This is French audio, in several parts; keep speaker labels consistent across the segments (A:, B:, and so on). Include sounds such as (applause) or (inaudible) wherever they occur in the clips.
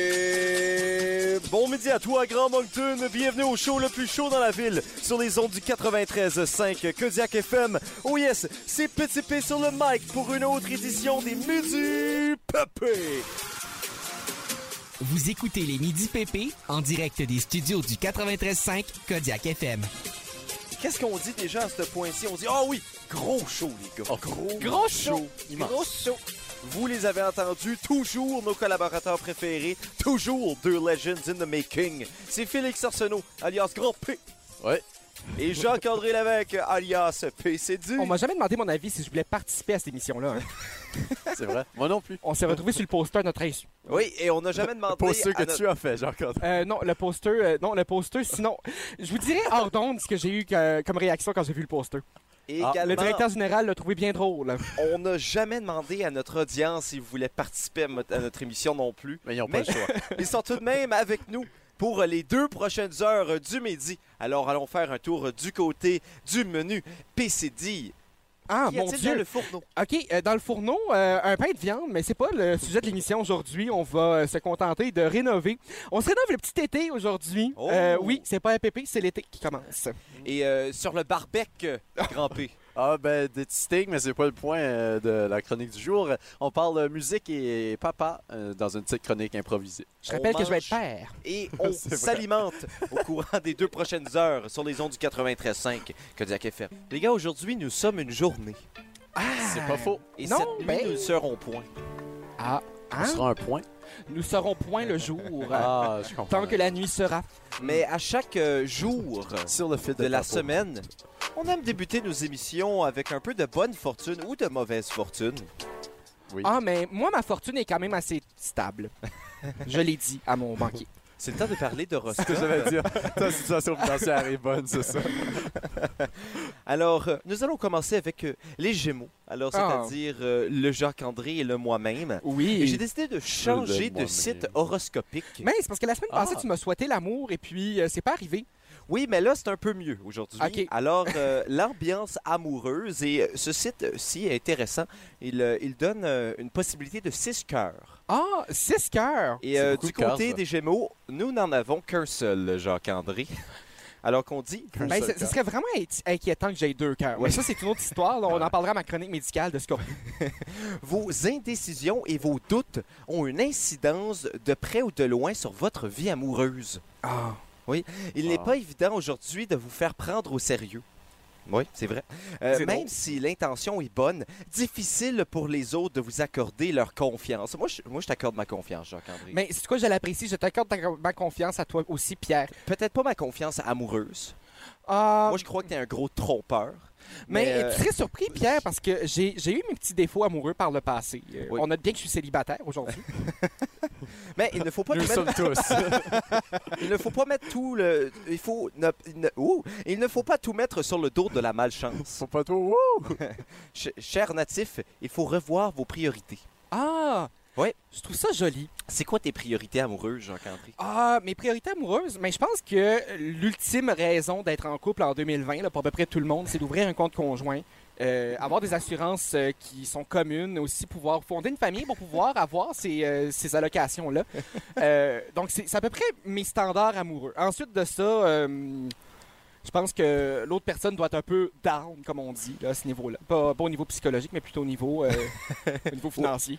A: Et bon midi à toi, Grand Moncton. Bienvenue au show le plus chaud dans la ville sur les ondes du 93.5 Kodiak FM. Oh yes, c'est Petit P sur le mic pour une autre édition des Midi Pépé.
B: Vous écoutez les Midi PP en direct des studios du 93.5 Kodiak FM.
A: Qu'est-ce qu'on dit déjà à ce point-ci? On dit, ah oui, gros show, les
C: Ah,
A: gars. gros,
D: Gros show.
A: immense.
D: Gros saut.
A: Vous les avez entendus, toujours nos collaborateurs préférés, toujours deux legends in the making. C'est Félix Arsenault, alias Grand P.
C: Ouais.
A: Et Jacques-André Lévesque, alias PCD.
D: On m'a jamais demandé mon avis si je voulais participer à cette émission-là. hein.
C: C'est vrai. Moi non plus.
D: On s'est retrouvé sur le poster de notre race.
A: Oui, et on n'a jamais demandé.
C: Pour ceux
A: à
C: que
A: notre-
C: tu as fait, Jean-Claude.
D: Euh, non, le poster, euh, non, le poster, sinon, je vous dirais hors d'onde ce que j'ai eu que- comme réaction quand j'ai vu le poster.
C: Ah,
D: Le
A: Également,
D: directeur général l'a trouvé bien drôle.
A: on n'a jamais demandé à notre audience s'ils voulaient participer à mo- à notre émission non plus.
C: Mais ils n'ont
A: Mais-
C: pas le choix.
A: (laughs) Ils sont tout de même avec nous pour les deux prochaines heures du midi. Alors allons faire un tour du côté du menu PCD.
D: Ah,
A: Qu'y
D: mon
A: a-t-il dans
D: Dieu!
A: le fourneau?
D: OK, euh, dans le fourneau, euh, un pain de viande, mais c'est pas le sujet de l'émission aujourd'hui. On va euh, se contenter de rénover. On se rénove le petit été aujourd'hui.
A: Oh!
D: Euh, oui, c'est pas APP, c'est l'été qui commence.
A: Et euh, sur le barbecue,
D: (laughs)
A: Grand P.
C: Ah ben des petits steaks, mais c'est pas le point euh, de la chronique du jour. On parle euh, musique et papa euh, dans une petite chronique improvisée.
D: Je rappelle
A: On
D: que je vais
A: mange
D: être père.
A: Et
D: (laughs)
A: on
C: C'est vrai.
A: s'alimente au courant des deux prochaines heures sur les ondes du 93.5 Kodiak FM. Les gars, aujourd'hui, nous sommes une journée.
D: Euh,
C: C'est pas faux.
A: Et
D: Non,
A: cette nuit,
D: ben-
A: nous ne serons point.
D: Ah,
C: On
D: hein?
C: sera un point.
D: Nous serons point le jour. euh,
C: Ah, je comprends.
D: Tant que la nuit sera.
A: Mais à chaque euh, jour
C: Sur le fil
A: de la
C: papa.
A: semaine, on aime débuter nos émissions avec un peu de bonne fortune ou de mauvaise fortune.
C: Oui.
D: Ah, mais moi, ma fortune est quand même assez stable. Je l'ai dit à mon banquier.
A: C'est le temps de parler de
C: C'est ce que (laughs) j'allais dire. Ta situation financière est bonne, c'est ça.
A: Alors, euh, nous allons commencer avec euh, les Gémeaux. Alors,
D: Ah.
A: c'est-à-dire euh, le Jacques-André et le moi-même.
D: Oui.
A: Et j'ai décidé de changer de
C: moi-même.
A: site horoscopique.
D: Mais c'est parce que la semaine passée,
C: Ah.
D: tu m'as souhaité l'amour et puis euh, c'est pas arrivé.
A: Oui, mais là, c'est un peu mieux aujourd'hui.
D: Ok.
A: Alors, euh, l'ambiance amoureuse, et euh, ce site-ci est intéressant, il, euh, il donne euh, une possibilité de six cœurs.
D: Ah, 6 cœurs.
A: Et
C: C'est
A: euh,
C: beaucoup
A: du
C: de cœurs,
A: côté
C: ça.
A: des Gémeaux, nous n'en avons qu'un seul, Jacques-André. (laughs) Alors qu'on dit...
C: Un
D: Ben,
C: seul
D: ce ce
C: cœur.
D: serait vraiment inqui- inquiétant que j'aie deux cœurs. Mais ça, c'est une autre histoire. là. On en parlera à ma chronique médicale de ce qu'on
A: Vos indécisions et vos doutes ont une incidence de près ou de loin sur votre vie amoureuse.
D: Ah.
A: Il n'est
C: Ah.
A: pas évident aujourd'hui de vous faire prendre au sérieux. Oui, c'est vrai. Euh,
D: C'est
A: même
D: drôle.
A: si l'intention est bonne, difficile pour les autres de vous accorder leur confiance. Moi, je, moi, je t'accorde ma confiance, Jacques-André.
D: Mais c'est quoi, je l'apprécie. Je t'accorde ta- ma confiance à toi aussi, Pierre.
A: peut-être pas ma confiance amoureuse.
D: Ah,
A: Moi, je crois que t'es un gros trompeur.
D: mais
A: Mais, euh,
D: tu serais surpris, Pierre, parce que j'ai j'ai eu mes petits défauts amoureux par le passé. Euh,
A: Oui.
D: On note bien que je suis célibataire aujourd'hui.
A: mais il ne
C: (laughs)
A: faut pas
C: Nous
A: mettre-
C: sommes tous.
A: il ne faut pas mettre tout le il faut ne- ne- ouh, il ne faut pas tout mettre sur le dos de la malchance.
C: Faut pas trop. Wouh!
A: Ch- Chers natifs, il faut revoir vos priorités.
D: ah!
A: Ouais.
D: Je trouve ça joli.
A: C'est quoi tes priorités amoureuses, Jacques-André?
D: Ah, mes priorités amoureuses, mais je pense que l'ultime raison d'être en couple en 2020, là, pour à peu près tout le monde, c'est d'ouvrir un compte conjoint, euh, avoir des assurances euh, qui sont communes, aussi pouvoir fonder une famille pour pouvoir (laughs) avoir ces, euh, ces (laughs) allocations-là. Euh, donc, c'est c'est à peu près mes standards amoureux. Ensuite de ça, euh, je pense que l'autre personne doit être un peu down, comme on dit, là, à ce niveau-là. Pas, pas au niveau psychologique, mais plutôt au niveau, (laughs) euh, au niveau financier.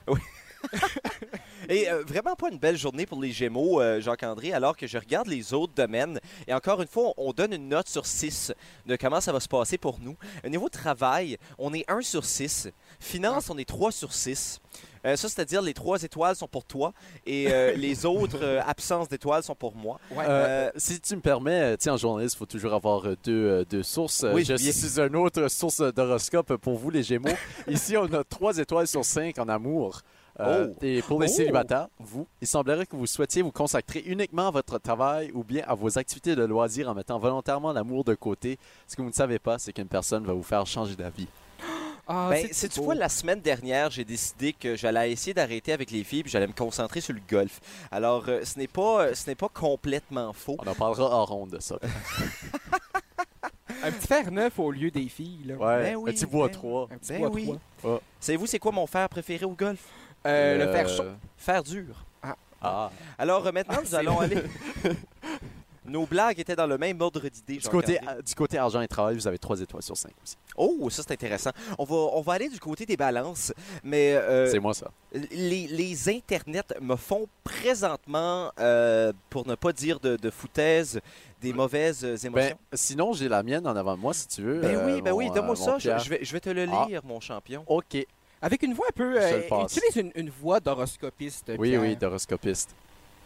A: Et euh, vraiment pas une belle journée pour les Gémeaux, euh, Jacques-André, alors que je regarde les autres domaines. Et encore une fois, on donne une note sur 6 de comment ça va se passer pour nous. Au niveau travail, on est 1 sur 6. Finance, on est 3 sur 6. Euh, ça, c'est-à-dire les 3 étoiles sont pour toi et euh, (laughs) les autres euh, absences d'étoiles sont pour moi.
D: Ouais.
C: Euh, si tu me permets, euh, tu sais, en journaliste, il faut toujours avoir euh, deux, euh, deux sources. Euh,
A: Oui,
C: je
A: bien.
C: suis une autre source d'horoscope pour vous,
A: (laughs)
C: les Gémeaux. Ici, on a trois étoiles sur cinq en amour. Euh,
A: Oh.
C: Et pour les
D: Oh.
C: célibataires, vous, il semblerait que vous souhaitiez vous consacrer uniquement à votre travail ou bien à vos activités de loisirs en mettant volontairement l'amour de côté. Ce que vous ne savez pas, c'est qu'une personne va vous faire changer d'avis.
D: Ah,
A: Ben,
D: c'est
A: si tu
D: beau.
A: vois, la semaine dernière, j'ai décidé que j'allais essayer d'arrêter avec les filles puis j'allais me concentrer sur le golf. Alors, euh, ce n'est pas, euh, ce n'est pas complètement faux.
C: On en parlera en ronde de ça.
D: Un petit fer neuf au lieu des filles, là.
C: Ouais,
A: Ben oui,
C: un petit bois
A: ben-
C: 3.
D: Un petit
A: Ben
D: bois
A: oui.
D: trois.
C: Ah.
A: Savez-vous c'est quoi mon fer préféré au golf?
D: Euh, Le faire chaud.
A: Faire dur.
C: Ah.
A: Alors euh, maintenant, nous allons aller. (laughs) Nos blagues étaient dans le même ordre d'idées.
C: Du
A: Jean
C: côté,
A: Carlier.
C: du côté argent et travail, vous avez 3 étoiles sur 5 aussi.
A: Oh, ça c'est intéressant. On va, on va aller du côté des balances, mais euh,
C: C'est moi ça.
A: les, les internets me font présentement, euh, pour ne pas dire de, de foutaises, des mauvaises euh,
C: Ben,
A: émotions.
C: sinon, j'ai la mienne en avant de moi si tu veux.
A: Ben,
C: euh,
A: oui, ben oui,
C: mon, euh,
A: donne-moi
C: mon
A: ça. Je,
C: Pierre.
A: je vais, je vais te le
C: Ah.
A: lire, mon champion.
C: OK.
D: Avec une voix un peu.
C: Je te
D: euh,
C: le passe.
D: utilise une, une voix d'horoscopiste.
C: Oui,
D: Pierre.
C: oui, d'horoscopiste.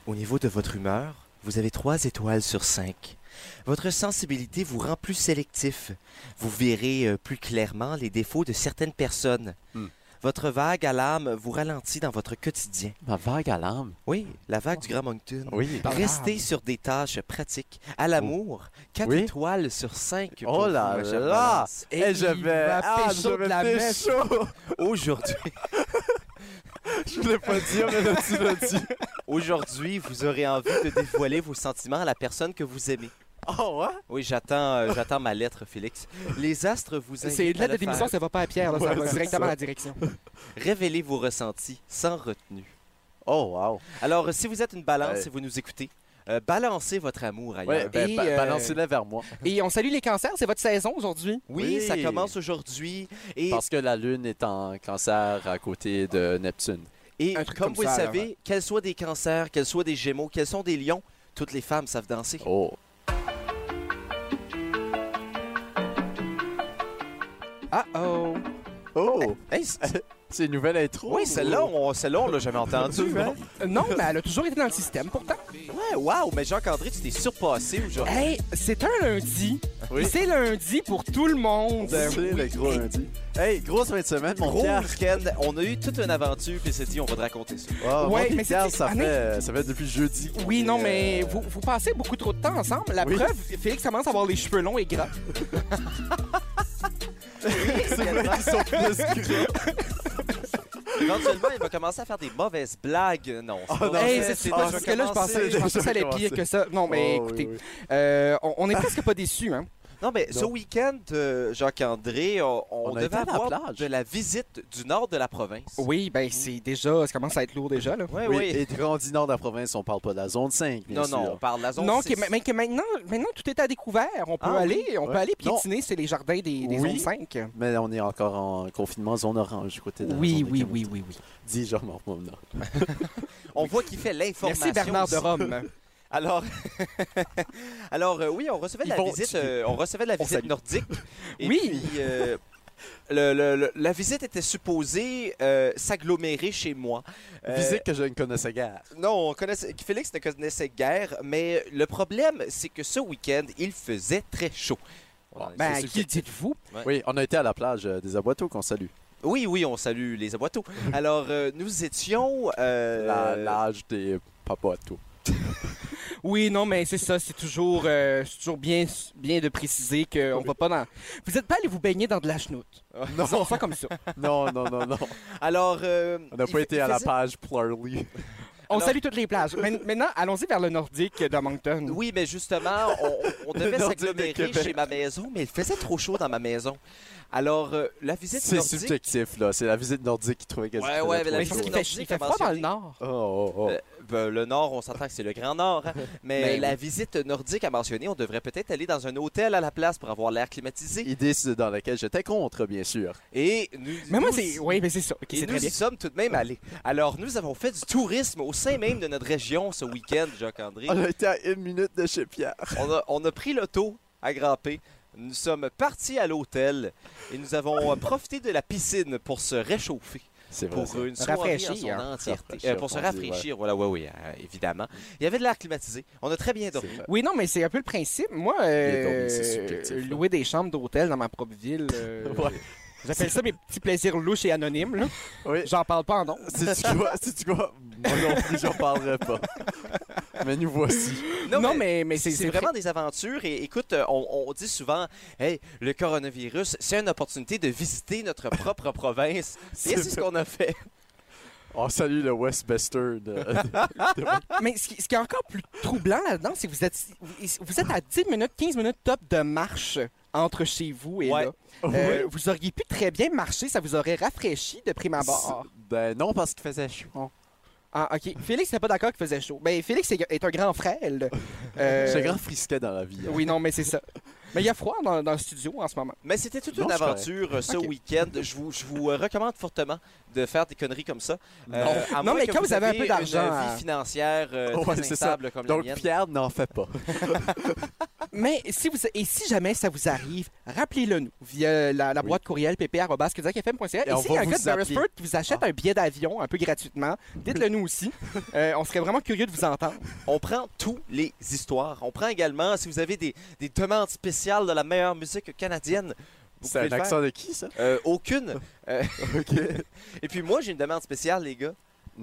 A: Au niveau de votre humeur, vous avez 3 étoiles sur 5. Votre sensibilité vous rend plus sélectif. Vous verrez euh, plus clairement les défauts de certaines personnes.
C: Hmm.
A: Votre vague à l'âme vous ralentit dans votre quotidien.
C: Ma vague à l'âme.
A: Oui, la vague du Grand Moncton.
C: Oui.
D: Ah.
A: Restez sur des tâches pratiques. À l'amour, 4
C: Oh. Oui.
A: étoiles sur 5.
C: Oh là là!
D: Et
C: Eh, je
D: il
C: vais.
D: va
C: Ah,
D: pécho
C: je
D: de
C: vais
D: la
C: pécho!
A: Aujourd'hui,
C: (laughs)
A: (laughs)
C: Je voulais pas dire, mais là, tu l'as dit.
A: aujourd'hui, vous aurez envie de dévoiler vos sentiments à la personne que vous aimez.
C: Oh, ouais?
A: Oui, j'attends, euh, j'attends ma lettre, Félix. Les astres vous invitent
D: C'est une
A: à
D: lettre
A: le
D: de démission,
A: faire.
D: ça va pas à Pierre, là, ça
C: Ouais,
D: va
C: c'est
D: directement
C: ça.
D: à la direction.
A: Révélez vos ressentis sans retenue.
C: Oh, wow.
A: Alors, si vous êtes une balance
C: Ouais.
A: et vous nous écoutez, euh, balancez votre amour ailleurs.
C: Ouais, ben,
D: Et,
C: ba-
D: euh,
C: balancez-la vers moi.
D: Et on salue les cancers, c'est votre saison aujourd'hui.
A: Oui,
C: Oui.
A: ça commence aujourd'hui. Et,
C: Parce que la Lune est en cancer à côté de Neptune.
A: et
D: Un
A: comme,
D: truc comme
A: vous
D: ça,
A: le
D: là,
A: savez, qu'elles soient des cancers, qu'elles soient des gémeaux, qu'elles sont des lions, toutes les femmes savent danser.
C: Oh.
D: Ah oh!
C: Oh!
A: Hey, c-
C: C'est une nouvelle intro?
A: oui, celle-là, on, celle-là, on l'a jamais
C: (laughs)
A: entendue. hein.
D: Euh, Non, mais elle a toujours été dans le système pourtant.
A: Ouais, wow, mais Jacques-André, tu t'es surpassé aujourd'hui.
D: Hey, c'est un lundi.
C: Oui.
D: Et C'est lundi pour tout le monde.
C: C'est le gros lundi. Hey, grosse fin de semaine, mon
A: Gros
C: Pierre.
A: week-end, on a eu toute une aventure, puis c'est dit, on va te raconter ça.
C: Oh,
D: Ouais,
C: mon
D: mais
C: Pierre,
D: c'était-
C: ça
D: Annick-
C: fait, ça fait depuis jeudi.
D: Oui, non,
C: Et,
D: mais
C: euh,
D: vous, vous passez beaucoup trop de temps ensemble. La
C: Oui.
D: preuve, Félix commence à avoir les cheveux longs et gras.
C: C'est vrai qu'ils sont (laughs) plus gras.
A: Éventuellement, il va commencer à faire des mauvaises blagues. Non. c'est
C: Oh,
A: pas
C: non,
A: vrai,
D: Hey,
C: c'est-
D: c'est
A: déjà
D: parce que là, je
A: commencé.
D: pensais, je
C: C'est
D: pensais que ça allait
C: déjà
D: pire
C: commencé.
D: que ça. Non, mais
C: Oh, oui,
D: écoutez,
C: oui.
D: euh, on, on est presque pas déçus, hein?
A: Non, mais ce
C: Non.
A: week-end, euh, Jacques-André, on, on
C: On a été
A: devait
C: à la
A: avoir
C: plage.
A: de la visite du nord de la province.
D: Oui, ben c'est déjà, ça commence à être lourd déjà, là.
A: oui.
C: Oui, et grandi nord de la province, on parle pas de la zone 5, bien
A: Non,
C: sûr.
A: non, on parle de la zone
D: non,
A: six.
D: que, mais que maintenant, maintenant, tout est à découvert. On peut
A: Ah,
D: aller, on peut
C: Ouais.
D: aller
C: Non.
D: piétiner sur les jardins des, des
C: Oui.
D: zones 5.
C: Mais on est encore en confinement zone orange du côté de la zone
D: Oui,
C: de
D: oui,
C: Camelot.
D: oui, oui, oui.
C: Dis genre mon nom.
A: On voit qu'il fait l'information.
D: Merci Bernard de
A: aussi.
D: Rome.
A: Alors, (laughs) Alors euh, oui, on recevait de
C: Ils
A: la
C: vont-
A: visite, euh, on recevait de la
C: On
A: visite
C: salue. (laughs)
A: nordique. Et
D: Oui.
A: puis, euh, le- le- le- la visite était supposée euh, s'agglomérer chez moi. Euh,
C: Visite que je ne connaissais guère.
A: Non, on connaissait, Félix ne connaissait guère, mais le problème, c'est que ce week-end, il faisait très chaud. On en est-
D: Ben,
C: c'est
D: qui
C: subjectif.
D: dites-vous?
C: Oui, on a été à la plage euh, des Aboiteaux qu'on salue.
A: Oui, oui, on salue les aboiteaux.
C: (laughs)
A: Alors, euh, nous étions... euh, (laughs)
C: La L'âge des papoteaux.
D: Oui, non, mais c'est ça, c'est toujours, euh, c'est toujours bien, bien de préciser qu'on va pas dans... Vous n'êtes pas allé vous baigner dans de la chenoute.
C: Non,
D: On fait comme ça.
C: non, non, non, non.
A: Alors... euh,
C: On n'a
A: il
C: pas
A: fa-
C: été
A: il
C: à la
A: faisait-
C: page Plurly.
D: On
A: Alors-
D: salue toutes les plages. Mais- Maintenant, allons-y vers le nordique de Moncton.
A: Oui, mais justement,
C: (laughs)
A: on, on devait
C: Le Nordique de
A: s'agglomérer
C: Québec.
A: chez ma maison, mais il faisait trop chaud dans ma maison. Alors, euh, la visite
C: C'est
A: nordique...
C: subjectif, là. C'est la visite nordique qui trouvait que
A: Ouais, ouais, mais la
D: Mais
A: visite
D: je pense qu'il
A: nordique
D: fait, il
A: a
D: fait froid dans
A: mentionné-
D: le nord.
C: Oh, oh, oh.
A: Euh, ben, le Nord, on s'entend que c'est le Grand
C: (laughs)
A: Nord. hein. Mais,
C: Ben
D: Mais
A: la visite nordique a mentionné, on devrait peut-être aller dans un hôtel à la place pour avoir l'air climatisé.
C: Idée c'est dans laquelle j'étais contre, bien sûr.
A: Et nous,
D: Mais moi,
A: nous-
D: c'est... Oui, mais c'est ça. Ok,
A: et
D: c'est
A: nous
D: très
A: y
D: bien.
A: sommes tout de même allés. Alors, nous avons fait du tourisme au sein même de notre région ce week-end, Jacques-André.
D: Ah,
C: On a été à une minute de chez Pierre.
A: On a, on a pris l'auto à grimper. Nous sommes partis à l'hôtel et nous avons
D: (coughs)
A: euh, profité de la piscine pour se réchauffer,
C: C'est vrai.
A: pour une soirée en
D: Rafraîchir,
A: son
D: hein.
A: entièreté.
C: Rafraîchir,
A: Euh, pour se
C: on dit, ouais.
A: rafraîchir, voilà, oui, oui, euh, évidemment. Il y avait de l'air climatisé. On a très bien
C: C'est
A: dormi.
C: vrai.
D: Oui, non, mais c'est un peu le principe. Moi,
C: est
D: euh,
C: dormi, c'est subjectif, là.
D: louer des chambres d'hôtel dans ma propre ville,
C: (laughs)
D: euh,
C: Ouais.
D: j'appelle ça mes petits plaisirs louches et anonymes. là.
C: Oui.
D: J'en parle pas en nom.
C: C'est-tu quoi? C'est-tu quoi? Moi non plus, j'en parlerai pas. Mais nous voici.
D: Non, mais, mais c'est
A: C'est
D: c'est
A: vraiment des aventures. Et écoute, euh, on, on dit souvent, hey, le coronavirus, c'est une opportunité de visiter
C: (laughs)
A: notre propre province. Et
C: C'est
A: c'est ce qu'on a fait.
C: On salue le Westbuster. (laughs) de-
D: très- Mais ce qui, ce qui est encore plus troublant là-dedans, c'est que vous êtes, vous êtes à 10 minutes, 15 minutes top de marche entre chez vous et
A: Ouais.
D: là. Euh, Vous auriez pu très bien marcher, ça vous aurait rafraîchi de prime abord.
C: Ben non, parce qu'il faisait chaud.
D: Ah, ok. Félix n'est pas d'accord qu'il faisait chaud. Ben, Félix est, est un grand
C: (laughs)
D: frêle. Euh,
C: J'ai grand frisquet dans la vie. hein.
D: Oui, non, mais c'est ça. Mais il y a froid dans, dans le studio en ce moment.
A: Mais c'était toute
C: Non,
A: une
C: c'est correct.
A: aventure euh, ce
D: Ok.
A: week-end. Je vous, je vous euh, recommande fortement de faire des conneries comme ça. Euh,
C: Non.
A: à
D: Non,
A: moins
D: mais
A: que
D: quand vous avez un peu
A: ayez
D: d'argent
A: Une euh,
D: à-
A: vie financière euh, très
C: hein. (laughs) Ouais, c'est ça.
A: instable comme
C: Donc
A: la mienne.
C: Pierre n'en fait pas.
D: Mais si vous et si jamais ça vous arrive, rappelez-le nous via la, la
C: Oui.
D: boîte courriel pp@kazakfm.ca.
C: Et
D: Et,
C: on
D: si
C: va
D: il y a un
C: vous
D: gars de
C: appeler.
D: Beresford qui vous achète un billet d'avion un peu gratuitement, dites-le nous aussi. Euh, on serait vraiment curieux de vous entendre.
C: euh,
A: On prend tous les histoires. On prend également, si vous avez des, des demandes spéciales de la meilleure musique canadienne, vous
C: C'est
A: pouvez
C: un
A: le faire.
C: accent de qui, ça?
A: Euh, aucune.
C: OK.
A: (laughs) Et puis moi, j'ai une demande spéciale, les gars.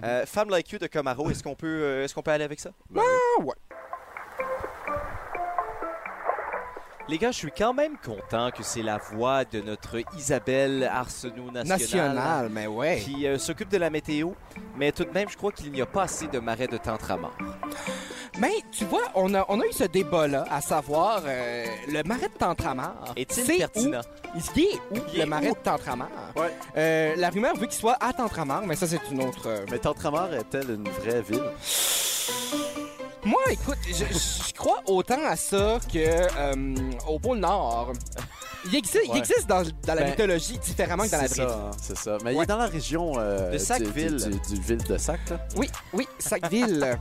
A: Euh, Femme like you de Camaro, est-ce qu'on peut, euh, est-ce qu'on peut aller avec ça?
C: Ben oui.
A: Les gars, je suis quand même content que c'est la voix de notre Isabelle Arsenault nationale,
D: National, mais ouais.
A: qui euh, s'occupe de la météo. Mais tout de même, je crois qu'il n'y a pas assez de marais de temps à mort.
D: Mais tu vois, on a, on a eu ce débat-là, à savoir euh, le marais de Tantramar.
A: Est-il
D: C'est
A: pertinent?
D: où- Il est où
A: Il est
D: le marais de Tantramar?
C: Ouais.
D: Euh, la rumeur veut qu'il soit à Tantramar, mais ça, c'est une autre. euh,
C: Mais Tantramar est-elle une vraie ville?
D: Moi, écoute, je, je crois autant à ça que euh, au pôle Nord. Il existe, il
C: Ouais.
D: existe dans, dans la
C: Ben,
D: mythologie différemment que dans la
C: C'est
D: vraie vie.
C: ça, hein, C'est ça. Mais il
D: Ouais.
C: est dans la région euh,
A: De Sacville.
C: Du, du- du ville de Sac, là.
D: Oui, oui,
C: (laughs)
D: Sacville.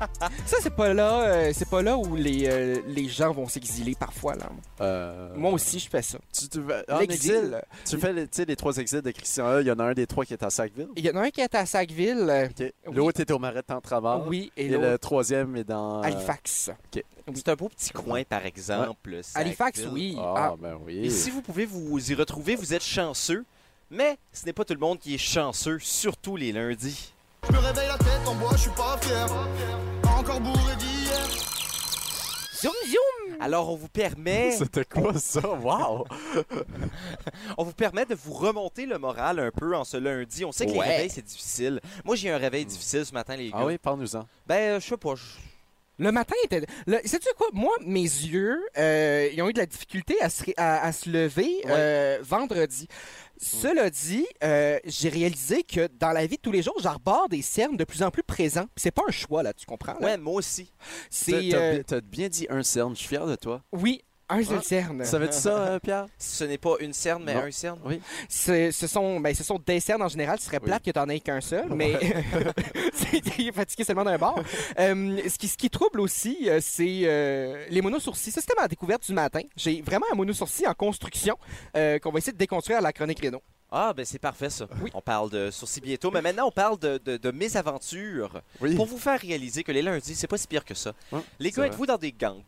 D: ça, c'est pas là, euh, c'est pas là où les, euh, les gens vont s'exiler parfois. Là.
C: Euh,
D: Moi aussi, je fais ça.
C: Tu, tu vas- en
D: L'exil.
C: exil. Tu fais les, tu sais, les trois exils de Christian E. Il y en a un des trois qui est à Sacville.
D: Il y en a un qui est à Sacville. euh,
C: OK.
D: Oui.
C: L'autre est au marais de Tantramar.
D: Oui, et,
C: Ah, Et,
D: l'autre, Ah,
C: le troisième est dans. euh,
D: Halifax.
A: C'est un beau petit coin, par exemple. Sackville.
D: Halifax, oui.
C: Ah, ben oui.
A: Et si
C: (laughs)
A: vous pouvez vous y retrouver, vous êtes chanceux. Mais ce n'est pas tout le monde qui est chanceux, surtout les lundis.
E: Je me réveille la tête en bois, je suis pas fier. Encore bourré d'hier.
D: Ah, zoom, zoom.
A: Alors, on vous
C: (laughs)
A: permet,
C: C'était quoi ça? Wow!
A: on vous permet de vous remonter le moral un peu en ce lundi. On sait que
D: Ouais.
A: les réveils, c'est difficile. Moi, j'ai eu un réveil difficile ce matin, les gars.
C: Hmm. Ah oui, parle-nous-en.
A: Ben, euh, je sais pas. je-
D: Le matin était. Le... Sais-tu quoi? Moi, mes yeux, euh, ils ont eu de la difficulté à se, ré- à, à se lever euh, vendredi. Cela dit, euh, j'ai réalisé que dans la vie de tous les jours, j'arbore des cernes de plus en plus présents. Puis C'est pas un choix, là, tu comprends? là?
A: Ouais, moi aussi.
C: T'as-
D: C'est.
C: T'as
D: euh,
C: bi- Ah. t'as bien dit un cerne, je suis fier de toi.
D: Oui. Un seul cerne.
C: Ça veut dire ça, euh, Pierre?
A: Ce n'est pas une cerne, mais
C: Non.
A: un cerne.
D: C'est- Ce sont, ben, ce sont des cernes en général. Ce serait
C: Oui.
D: plate que t'en aies qu'un seul, mais (laughs) c'est- il est fatigué seulement d'un bord. Euh, ce, qui, ce qui trouble aussi, euh, c'est euh, les monosourcils. Ça, c'était ma découverte du matin. J'ai vraiment un monosourcil en construction euh, qu'on va essayer de déconstruire à la chronique Renault.
A: Ah, ben c'est parfait ça.
D: Oui.
A: On parle de sourcils bientôt, mais maintenant on parle de, de, de mésaventures
C: Oui.
A: pour vous faire réaliser que les lundis, c'est pas si pire que ça.
C: Hein,
A: les
C: c'est
A: gars,
C: vrai.
A: êtes-vous dans des gangs?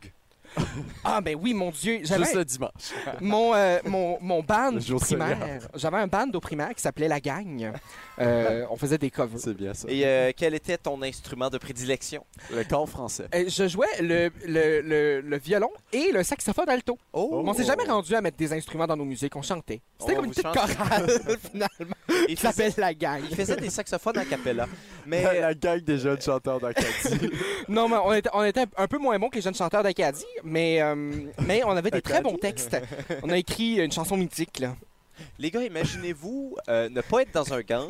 D: Ah, ben oui, mon Dieu. J'avais
C: Juste le dimanche.
D: mon, euh, mon, mon band
C: (laughs) Le jour du
D: primaire. J'avais un band au primaire qui s'appelait La Gagne. Euh, on faisait des covers.
C: C'est bien ça.
A: Et euh, quel était ton instrument de prédilection?
C: Le corps français.
D: Euh, je jouais le, le, le, le violon et le saxophone alto.
C: Oh.
D: Mais on s'est jamais rendu à mettre des instruments dans nos musiques, on chantait. C'était
A: On
D: comme une
A: vous
D: petite chorale, (laughs) finalement,
A: Il
D: qui
A: faisait,
D: s'appelle la gang.
A: il faisait des saxophones a cappella.
C: (laughs)
A: Mais euh,
C: La, la gang des jeunes chanteurs d'Acadie.
D: Non, mais on était, on était un peu moins bons que les jeunes chanteurs d'Acadie, mais, euh, mais on avait des très bons textes. On a écrit une chanson mythique, là.
A: euh, les gars, imaginez-vous euh, ne pas être dans un gang,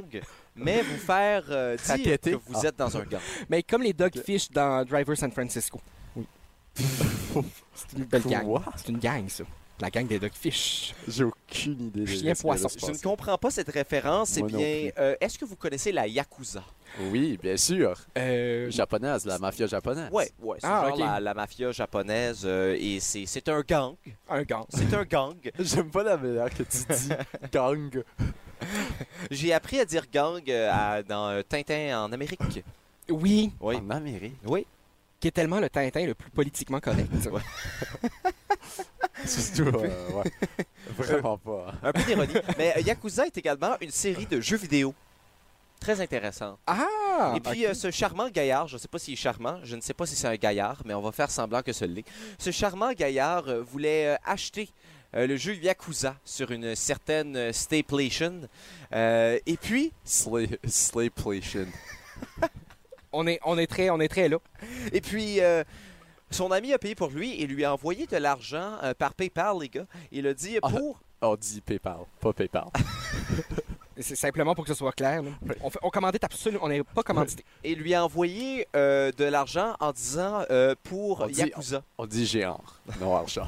A: mais vous faire euh, dire
C: Raqueter.
A: que vous
C: Ah.
A: êtes dans un gang.
D: Mais comme les Dogfish dans Driver San Francisco. Oui. C'est une belle gang.
C: Quoi?
D: C'est une gang, ça. La gang des Dogfish.
C: J'ai aucune idée. de
D: Chien
C: ce qui
D: poisson.
C: va se
A: Je ne
C: passer.
A: comprends pas cette référence. Eh
C: Moi non
A: bien, euh, est-ce que vous connaissez la Yakuza?
C: Oui, bien sûr.
D: Euh,
C: Japonaise, la mafia japonaise.
A: Ouais, ouais, c'est
D: Ah,
A: genre
D: ok.
A: la, la mafia japonaise euh, et c'est c'est un gang.
D: un gang.
A: C'est un gang.
C: J'aime pas la manière que tu dis gang.
A: J'ai appris à dire gang euh, à- dans euh, Tintin en Amérique.
D: Oui,
A: Oui.
C: En Amérique. (laughs)
A: Oui.
D: qui est tellement le Tintin le plus politiquement correct.
C: C'est tout. euh, ouais. Vraiment pas. hein.
A: Un peu d'ironie. Mais euh, Yakuza est également une série de jeux vidéo. Très intéressante.
D: Ah!
A: Et puis, euh, ce charmant gaillard, je ne sais pas s'il est charmant, je ne sais pas si c'est un gaillard, mais on va faire semblant que ce l'est. Ce charmant gaillard euh, voulait euh, acheter euh, le jeu Yakuza sur une certaine euh, Staplation. Euh, et puis,
C: Slay- Slayplation.
D: On est, on est très, on est très là.
A: Et puis, euh, Son ami a payé pour lui et lui a envoyé de l'argent euh, par PayPal, les gars. Il a dit euh,
C: Ah.
A: pour.
C: On dit PayPal, pas PayPal.
D: C'est simplement pour que ce soit clair. là. On, fait- on commandait absolument, on n'est pas commandité.
A: Et lui a envoyé euh, de l'argent en disant euh, pour
C: On dit-
A: Yakuza.
C: On dit géant, non argent.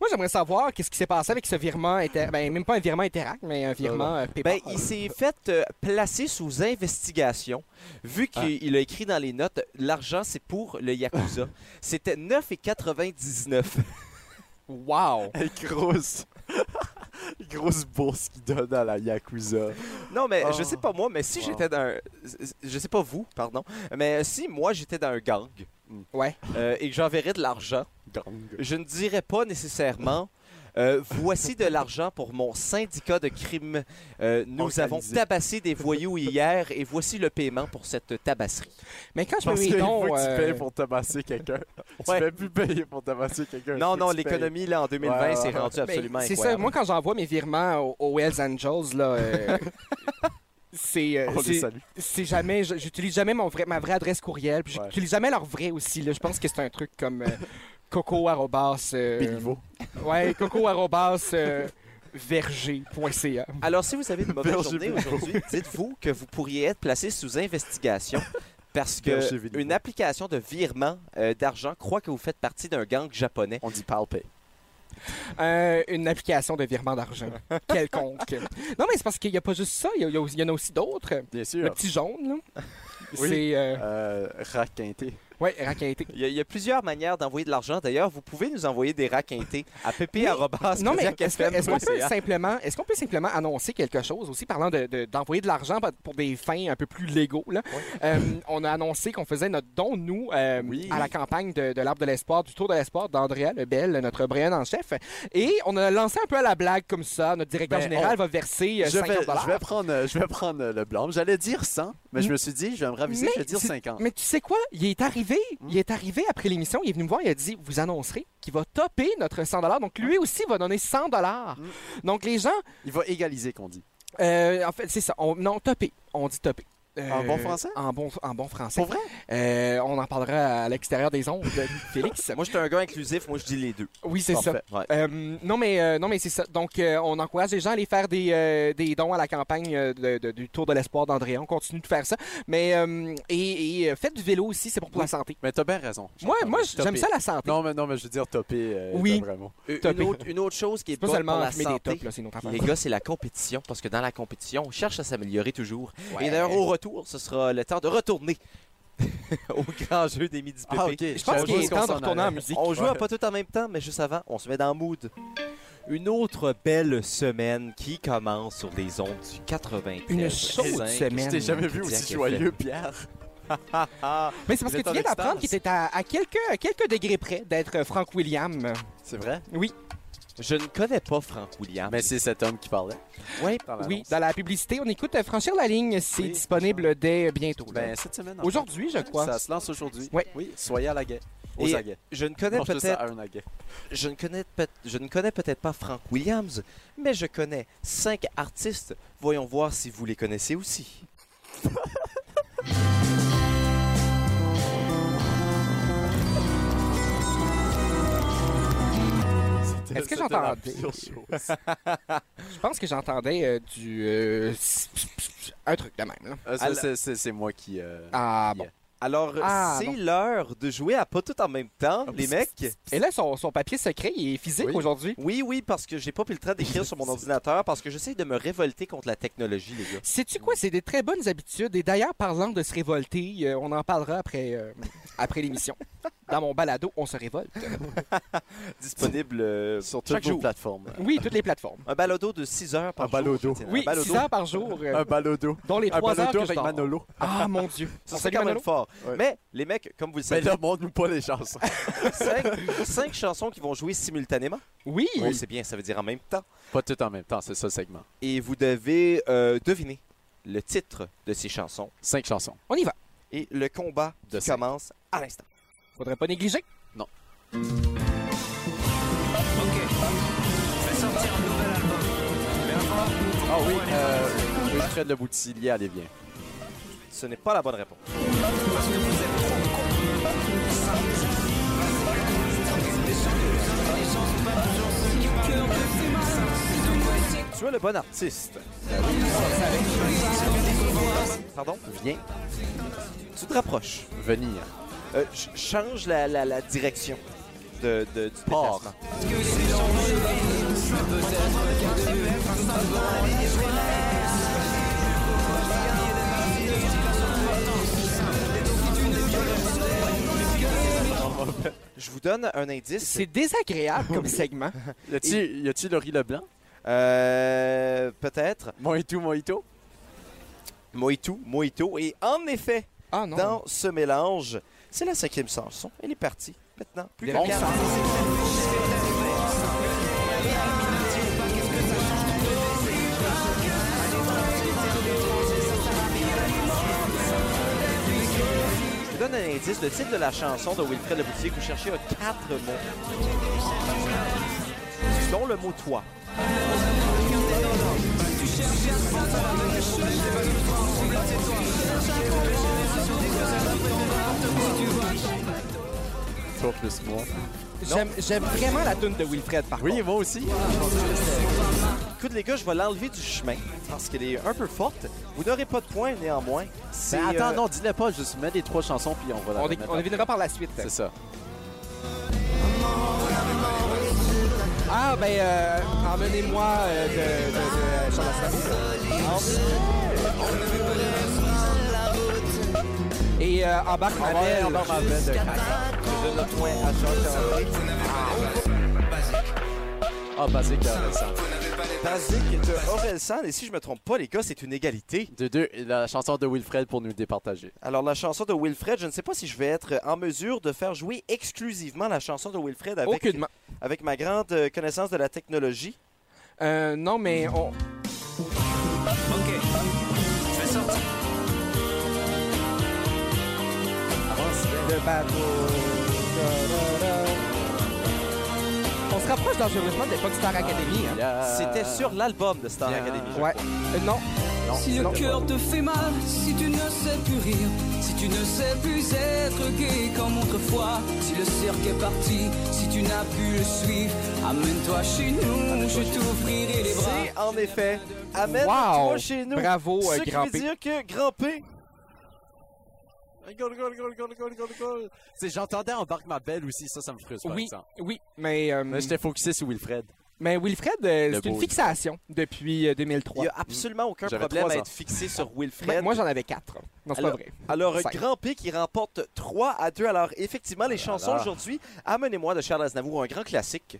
D: Moi, j'aimerais savoir qu'est-ce qui s'est passé avec ce virement, inter... ben, même pas un virement Interact, mais un virement euh, PayPal.
A: Ben, il s'est fait euh, placer sous investigation, vu
C: Ah.
A: qu'il a écrit dans les notes l'argent c'est pour le Yakuza.
C: (laughs)
A: C'était 9,99.
D: Wow!
C: (laughs) Hey, grosse... (laughs) grosse bourse qu'il donne à la Yakuza.
A: Non, mais
C: Oh.
A: je sais pas moi, mais si
C: Wow.
A: j'étais dans un. Je sais pas vous, pardon, mais si moi j'étais dans un gang
D: Ouais.
A: euh, et que j'enverrais de l'argent,
C: Gang.
A: je ne dirais pas nécessairement. euh, voici de l'argent pour mon syndicat de crime. Euh, nous
C: Organisé.
A: avons tabassé des voyous hier et voici le paiement pour cette tabasserie.
D: Mais quand je mets
C: Parce
D: mes
C: qu'il
D: dons,
C: faut que tu
D: euh,
C: payes pour tabasser quelqu'un.
A: Ouais.
C: Tu peux plus payer pour tabasser quelqu'un.
A: Non,
C: Faut
A: non,
C: que tu payes.
A: l'économie là en 2020
C: Ouais, ouais,
A: c'est
C: ouais.
A: rendu
D: ben,
A: absolument
D: C'est ça,
A: incroyable.
D: moi, quand j'envoie mes virements aux, aux Hells Angels, là, (laughs) euh, c'est, euh,
C: On les
D: c'est,
C: salue.
D: c'est jamais, je- j'utilise jamais mon vrai, ma vraie adresse courriel, puis
C: Ouais.
D: j'utilise jamais leur vrai aussi. là. Je pense que c'est un truc comme (laughs) euh, coco arrobas, euh,
C: Béliveau.
D: ouais, coco arrobas, euh, verger.ca.
A: Alors, si vous avez une mauvaise
C: Berger
A: journée aujourd'hui, dites-vous que vous pourriez être placé sous investigation parce
C: Berger
A: que
C: Villiers.
A: une application de virement euh, d'argent croit que vous faites partie d'un gang japonais.
C: On dit palpay.
D: Euh, une application de virement d'argent quelconque. Non, mais c'est parce qu'il n'y a pas juste ça, il y, a- il y a- il y en a aussi d'autres.
C: Bien
D: Le
C: sûr.
D: petit jaune, là.
C: Oui.
D: C'est. euh,
C: Euh, raquinté.
D: ouais, raquetté.
A: Il y, a, il y a plusieurs manières d'envoyer de l'argent. D'ailleurs, vous pouvez nous envoyer des raquintés à pp.
D: Non, mais est-ce que- est-ce qu'on peut, simplement- est-ce qu'on peut simplement annoncer quelque chose aussi, parlant de- de- d'envoyer de, l'argent pa- pour des fins un peu plus légaux? Là. Euh, on a annoncé qu'on faisait notre don, nous, euh,
C: Oui.
D: à la campagne de, de l'Arbre de l'Espoir, du Tour de l'Espoir d'Andrea Lebel, notre Brian en chef. Et on a lancé un peu à la blague comme ça. Notre directeur
C: Ben,
D: général va verser euh,
C: Je
D: 50
C: vais, je vais prendre, euh, je vais prendre euh, le blanc. J'allais dire 100, mais je me suis dit, je vais me raviser,
D: Mm. Mais
C: je vais dire
D: c'est-
C: 50.
D: Mais tu sais quoi? Il est arrivé. Il est arrivé après l'émission. Il est venu me voir. Il a dit Vous annoncerez qu'il va topper notre 100 Donc lui aussi va donner 100
C: Mm.
D: Donc les gens,
C: Il va égaliser, qu'on dit.
D: euh, en fait, c'est ça. On, non, topper. On dit topper. Euh,
C: En bon français?
D: En bon, en bon français.
C: Pour vrai?
D: Euh, on en parlera à l'extérieur des ondes,
C: (laughs)
D: Félix.
A: Moi, j'étais un gars inclusif. Moi, je dis les deux.
D: Oui, c'est ça.
C: Parfait.
A: Ouais.
D: Euh, non, mais, euh, non, mais c'est ça. Donc, euh, on encourage les gens à aller faire des, euh, des dons à la campagne euh, de- de- du Tour de l'Espoir d'André. On continue de faire ça. Mais, euh, et, et, euh, faites du vélo aussi, c'est pour, la santé.
C: Mais t'as bien raison.
D: Moi, moi
C: Topé.
D: j'aime ça la santé.
C: Non, mais, non, mais je veux dire topé. euh,
D: Oui.
C: t'as Vraiment.
A: Une
D: Topé.
A: autre, une autre chose qui est
D: c'est pas
A: bonne pour
D: seulement
A: la
D: fumer des
A: santé,
D: tops, là, c'est une autre affaire.
A: les gars, c'est la compétition. Parce que dans la compétition, on cherche à s'améliorer toujours.
D: Ouais.
A: Et d'ailleurs, au retour, ce sera le temps de retourner (laughs) au grand jeu des midi
C: Ah,
A: pépés.
D: Je pense qu'il est temps de retourner en musique.
A: On joue à pas tout en même temps, mais juste avant, on se met dans le mood. Une autre belle semaine qui commence sur des ondes du 93.
D: Une chaude semaine.
C: Je t'ai jamais vu
A: Kodiak
C: aussi
A: FM.
C: joyeux, Pierre.
A: Ah,
D: Mais c'est parce
C: Vous
D: que tu
C: êtes
D: viens
C: en extase.
D: d'apprendre qu'il était à, à quelques, à quelques degrés près d'être euh, Frank William.
C: C'est vrai?
A: Je ne connais pas Frank William.
C: Ah, Mais c'est cet homme qui parlait.
A: Ouais,
C: dans
D: Oui,
C: l'annonce.
D: dans la publicité, on écoute euh, Franchir la ligne. C'est
C: Oui.
D: disponible dès bientôt. là.
C: Ben, cette semaine. en fait.
D: Aujourd'hui, je crois.
C: Ça se lance aujourd'hui.
D: Ouais.
C: Oui, soyez à la guet. Aux
A: Et-
C: aguets.
A: je ne connais
C: Non, je te sers
A: peut-être,
C: à un aguet.
A: je ne connais peut- je ne connais peut-être pas Frank Williams, mais je connais cinq artistes. Voyons voir si vous les connaissez aussi.
C: C'était-
D: Est-ce que
C: c'était
D: j'entends-
C: la pire chose.
D: (laughs) Je pense que j'entendais euh, du. euh, un truc de même. là.
C: Ah, ça,
A: Alors-
C: c'est- C'est c'est moi qui. euh,
D: Ah bon.
A: Alors,
D: Ah,
A: c'est
D: non.
A: l'heure de jouer à pas tout en même temps, les mecs.
D: Et là, son, son papier secret, il est physique
C: Oui.
D: aujourd'hui.
A: Oui, oui, parce que j'ai pas pris le temps d'écrire sur mon ordinateur parce que j'essaie de me révolter contre la technologie, les gars.
D: Sais-tu quoi? C'est des très bonnes habitudes. Et d'ailleurs, parlant de se révolter, euh, on en parlera après, euh, après
C: (laughs)
D: l'émission. Dans mon balado, on se révolte.
A: Disponible euh,
C: Sur
A: chaque
C: toutes vos
A: jour.
C: plateformes.
D: Oui, toutes les plateformes.
A: Un balado de 6 heures par
C: Un
A: jour.
C: balado.
A: Christine,
D: Oui,
A: un balado.
D: 6 heures par jour, euh,
C: Un balado.
D: dont les
C: Un
D: 3 heures
C: balado
D: que je
C: avec
D: dors.
C: Manolo.
D: Ah, mon
C: (laughs)
D: Dieu.
A: Ça,
D: On
A: c'est
D: salue
A: quand même
D: Manolo.
A: fort.
C: Ouais.
A: Mais les mecs, comme vous le
C: Mais
A: savez,
C: là, Ben, montre-nous pas les chansons.
A: cinq, cinq chansons qui vont jouer simultanément.
D: Oui.
A: Oh, c'est bien, ça veut dire en même temps.
C: (laughs) Pas tout en même temps, c'est ça le segment.
A: Et vous devez euh, deviner le titre de ces chansons.
C: Cinq chansons.
D: On y va.
A: Et le combat
C: De
A: qui
C: cinq.
A: commence à l'instant.
D: Faudrait pas négliger.
C: Ah oui, euh, le trait de le boutillier, allez bien.
A: Ce n'est pas la bonne réponse. Tu es le bon artiste. Pardon?
C: Viens
A: Tu te rapproches.
C: venir.
A: Euh, ch- change la, la- la direction de, de- du
C: Pars.
A: déplacement. Je vous donne un indice.
D: C'est désagréable comme segment.
C: Y a-tu- y a-tu Laurie Leblanc?
A: Euh, Peut-être.
C: Moito, Moito?
A: Moïtou, Moïto. Et en effet,
D: Ah non.
A: dans ce mélange, c'est la cinquième chanson. Elle est partie maintenant. Plus
D: Des
A: que
D: bons
A: quatre. Je vous donne un indice. Le titre de la chanson de Wilfred Leboutique, vous cherchez un quatre mots. Dont le mot toi.
C: Toi plus moi.
D: J'aime j'aime vraiment la tune de Wilfred, par
C: Oui, moi aussi.
A: Écoute les gars, je vais l'enlever du chemin parce qu'elle est un peu forte. Vous n'aurez pas de points néanmoins. C'est,
C: Mais Ben, attends,
A: euh,
C: non, dis-le pas, juste mets les trois chansons puis on va
D: contre.
C: la
D: On, dé-
C: remettre
D: on
C: après.
D: devinera par la suite.
C: C'est ça.
D: Ah, ben, euh, emmenez-moi euh, de, de, Ah, de Charles Aznavour. Et euh, embarque ma belle.
A: embarque ma belle de Je donne le point à Jacques-André.
C: Ah, basique, euh, ça.
A: Basique de Orelsan. Et si je me trompe pas, les gars, c'est une égalité.
C: De deux, la chanson de Wilfred pour nous départager.
A: Alors, la chanson de Wilfred, je ne sais pas si je vais être en mesure de faire jouer exclusivement la chanson de Wilfred avec,
D: Aucunement.
A: avec ma grande euh, connaissance de la technologie.
D: Euh, non, mais on. Le bateau. On se rapproche dangereusement de l'époque Star Academy. Hein.
A: C'était sur l'album de Star
C: bien.
A: Academy. je
D: Ouais.
A: crois.
D: Euh, non.
F: Si le
D: Non.
F: cœur te fait mal, si tu ne sais plus rire, si tu ne sais plus être gay comme autrefois, si le cirque est parti, si tu n'as pu le suivre, amène-toi chez nous, je t'ouvrirai les bras.
A: C'est en effet Amène
D: Wow.
A: toi chez nous.
D: Bravo, euh,
A: Ce qui
D: Grand
A: veut
D: P.
A: dire que Grand P
C: Goal, goal, goal, goal, goal, goal, goal. C'est- J'entendais Embarque ma belle aussi, ça, ça me frustre. par
D: Oui,
C: exemple.
D: oui, mais, euh,
C: Mais j'étais focusé sur Wilfred.
D: mais Wilfred, euh,
C: Le
D: c'est une
C: beau.
D: fixation depuis euh, 2003.
A: Il n'y a absolument aucun
C: J'avais
A: problème
C: trois
A: à
C: ans.
A: être fixé sur Wilfred.
D: Ben, moi, j'en avais quatre. Non, c'est pas
A: Alors-
D: vrai.
A: Alors,
D: Cinq.
A: Grand P qui remporte 3 à 2. Alors, effectivement, les chansons
C: Oh là.
A: aujourd'hui, Amenez-moi de Charles Aznavour, un grand classique.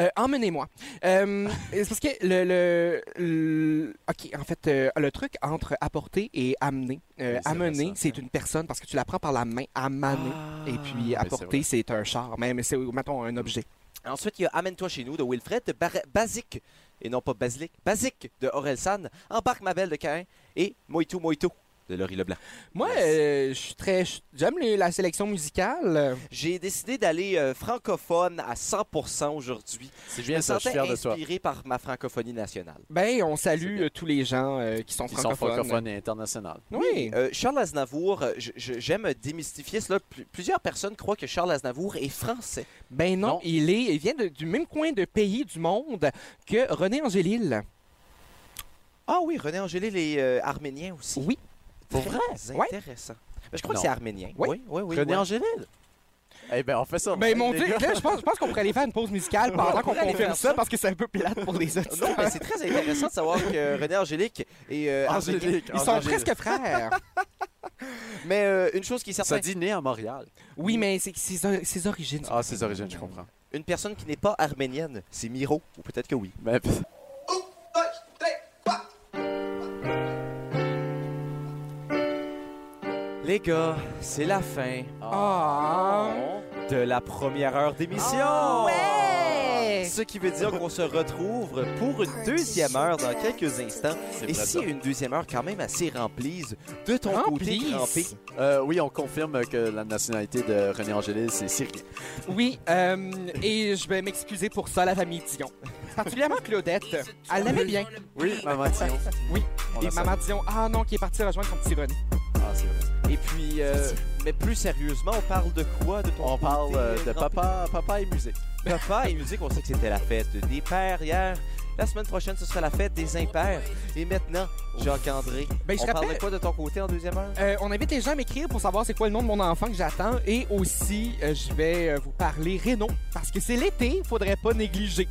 D: Euh, Emmenez-moi. Euh, (laughs) c'est parce que le, le, le- OK, en fait, euh, le truc entre apporter et amener. euh,
C: Oui, c'est vrai,
D: amener,
C: ça.
D: c'est une personne parce que tu la prends par la main, amener.
F: Ah.
D: et puis apporter, c'est un char, même, c'est, mettons, un objet.
A: Ensuite, il y a Amène-toi chez nous de Wilfred, Bar- Basique, et non pas Basilic, Basique de Orelsan, Embarque ma belle de Cain et Moito Moito de Laurie Leblanc.
D: Moi, euh, je suis très. je- J'aime les- la sélection musicale.
A: J'ai décidé d'aller euh, francophone à 100% aujourd'hui.
C: C'est
A: Je
C: bien
A: me
C: ça, je suis
A: sentais
C: fier de toi.
A: inspiré par ma francophonie nationale.
D: Ben, on
C: C'est
D: salue
C: bien.
D: euh, tous les gens euh, qui sont
C: Ils sont
D: francophones.
C: francophones et internationaux.
D: Oui.
A: Euh, Charles Aznavour, euh, je- je- j'aime démystifier cela. Pl- Plusieurs personnes croient que Charles Aznavour est français.
D: Ben non,
C: Non.
D: il est, il vient de- du même coin de pays du monde que René Angélil.
A: Ah oui, René Angélil est euh, arménien aussi.
D: Oui.
A: Pour
D: Très
A: vrai? Intéressant. Ben, je crois
C: Non.
A: que c'est arménien.
D: Oui.
A: oui, oui. oui,
C: René
A: ouais.
C: Angélil? Eh ben, on fait ça.
D: Ben mon
C: les
D: dieu,
C: gars.
D: là, je pense, je pense qu'on pourrait aller faire une pause musicale pendant
A: on
D: qu'on
A: pourrait aller
D: confirme
A: faire
D: ça
A: ça.
D: parce que c'est un peu plate pour les autres.
A: (laughs) Non, mais c'est très intéressant de savoir que (laughs) René Angélique est euh, arménien.
C: Angélique.
D: Ils sont
C: Angélique.
D: presque frères.
A: Mais euh, une chose qui est
C: Ça
A: certaine,
C: dit né à Montréal.
D: Oui, mais c'est que ses, or- ses origines.
C: Ah, ses origines, je comprends.
A: une personne qui n'est pas arménienne, c'est Miro, ou peut-être que oui.
C: Mais (laughs)
A: Les gars, c'est la fin
D: Ah.
A: de la première heure d'émission. Ce qui veut dire qu'on se retrouve pour une deuxième heure dans quelques instants. Et
C: vrai,
A: si
C: ça.
A: une deuxième heure quand même assez remplie de ton
D: Remplise.
A: côté, crampé,
C: Euh, oui, on confirme que la nationalité de René Angélil, c'est syrien.
D: Oui, euh, et je vais m'excuser pour ça, la famille Dion. Particulièrement Claudette. Elle l'aimait bien.
C: Oui, maman Dion.
D: Oui,
C: On
D: Et
C: la
D: maman Dion, ah non, qui est partie rejoindre son petit René.
C: salue. Ah, c'est vrai.
A: Et puis, euh, mais plus sérieusement, on parle de quoi de ton
C: On
A: côté,
C: parle euh, de
A: Grand P?
C: papa, papa et musique.
A: Papa et musique, on sait que c'était la fête des pères hier. La semaine prochaine, ce sera la fête des impairs. Et maintenant, Jacques-André,
D: Ben, je
A: on parle de
D: rappelle-
A: quoi de ton côté en deuxième heure?
D: Euh, on invite les gens à m'écrire pour savoir c'est quoi le nom de mon enfant que j'attends. Et aussi, euh, je vais euh, vous parler Renault. Parce que c'est l'été, faudrait pas négliger.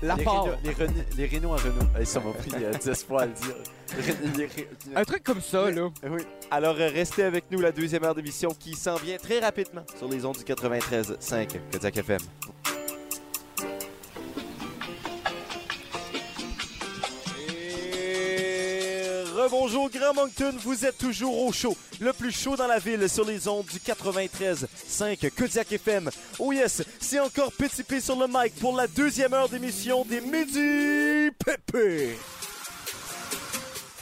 D: La
C: les,
D: part.
C: Réno- les, Renault- les Renault à Renault. Hey, ça m'a pris euh, (laughs) 10 fois à le dire. Ré- les Ré-
D: Un truc comme ça, là.
C: Oui.
A: Alors, euh, restez avec nous, la deuxième heure d'émission qui s'en vient très rapidement sur les ondes du 93.5 Kodiak FM. Et Rebonjour Grand Moncton, vous êtes toujours au chaud, le plus chaud dans la ville sur les ondes du 93.5 Kodiak FM. Oh yes, c'est encore Petit P sur le mic pour la deuxième heure d'émission des Midi Pépé.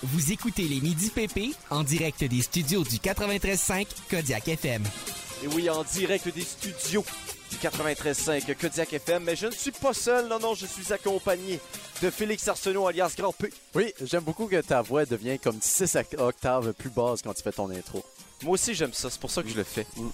B: Vous écoutez les Midi PP en direct des studios du 93.5 Kodiak FM.
A: Et oui, en direct des studios du 93.5 Kodiak FM. Mais je ne suis pas seul, non, non, je suis accompagné de Félix Arsenault alias Grand P.
C: Oui, j'aime beaucoup que ta voix devient comme 6 octaves plus basse quand tu fais ton intro.
A: Moi aussi, j'aime ça, c'est pour ça que je le fais.
C: Mm.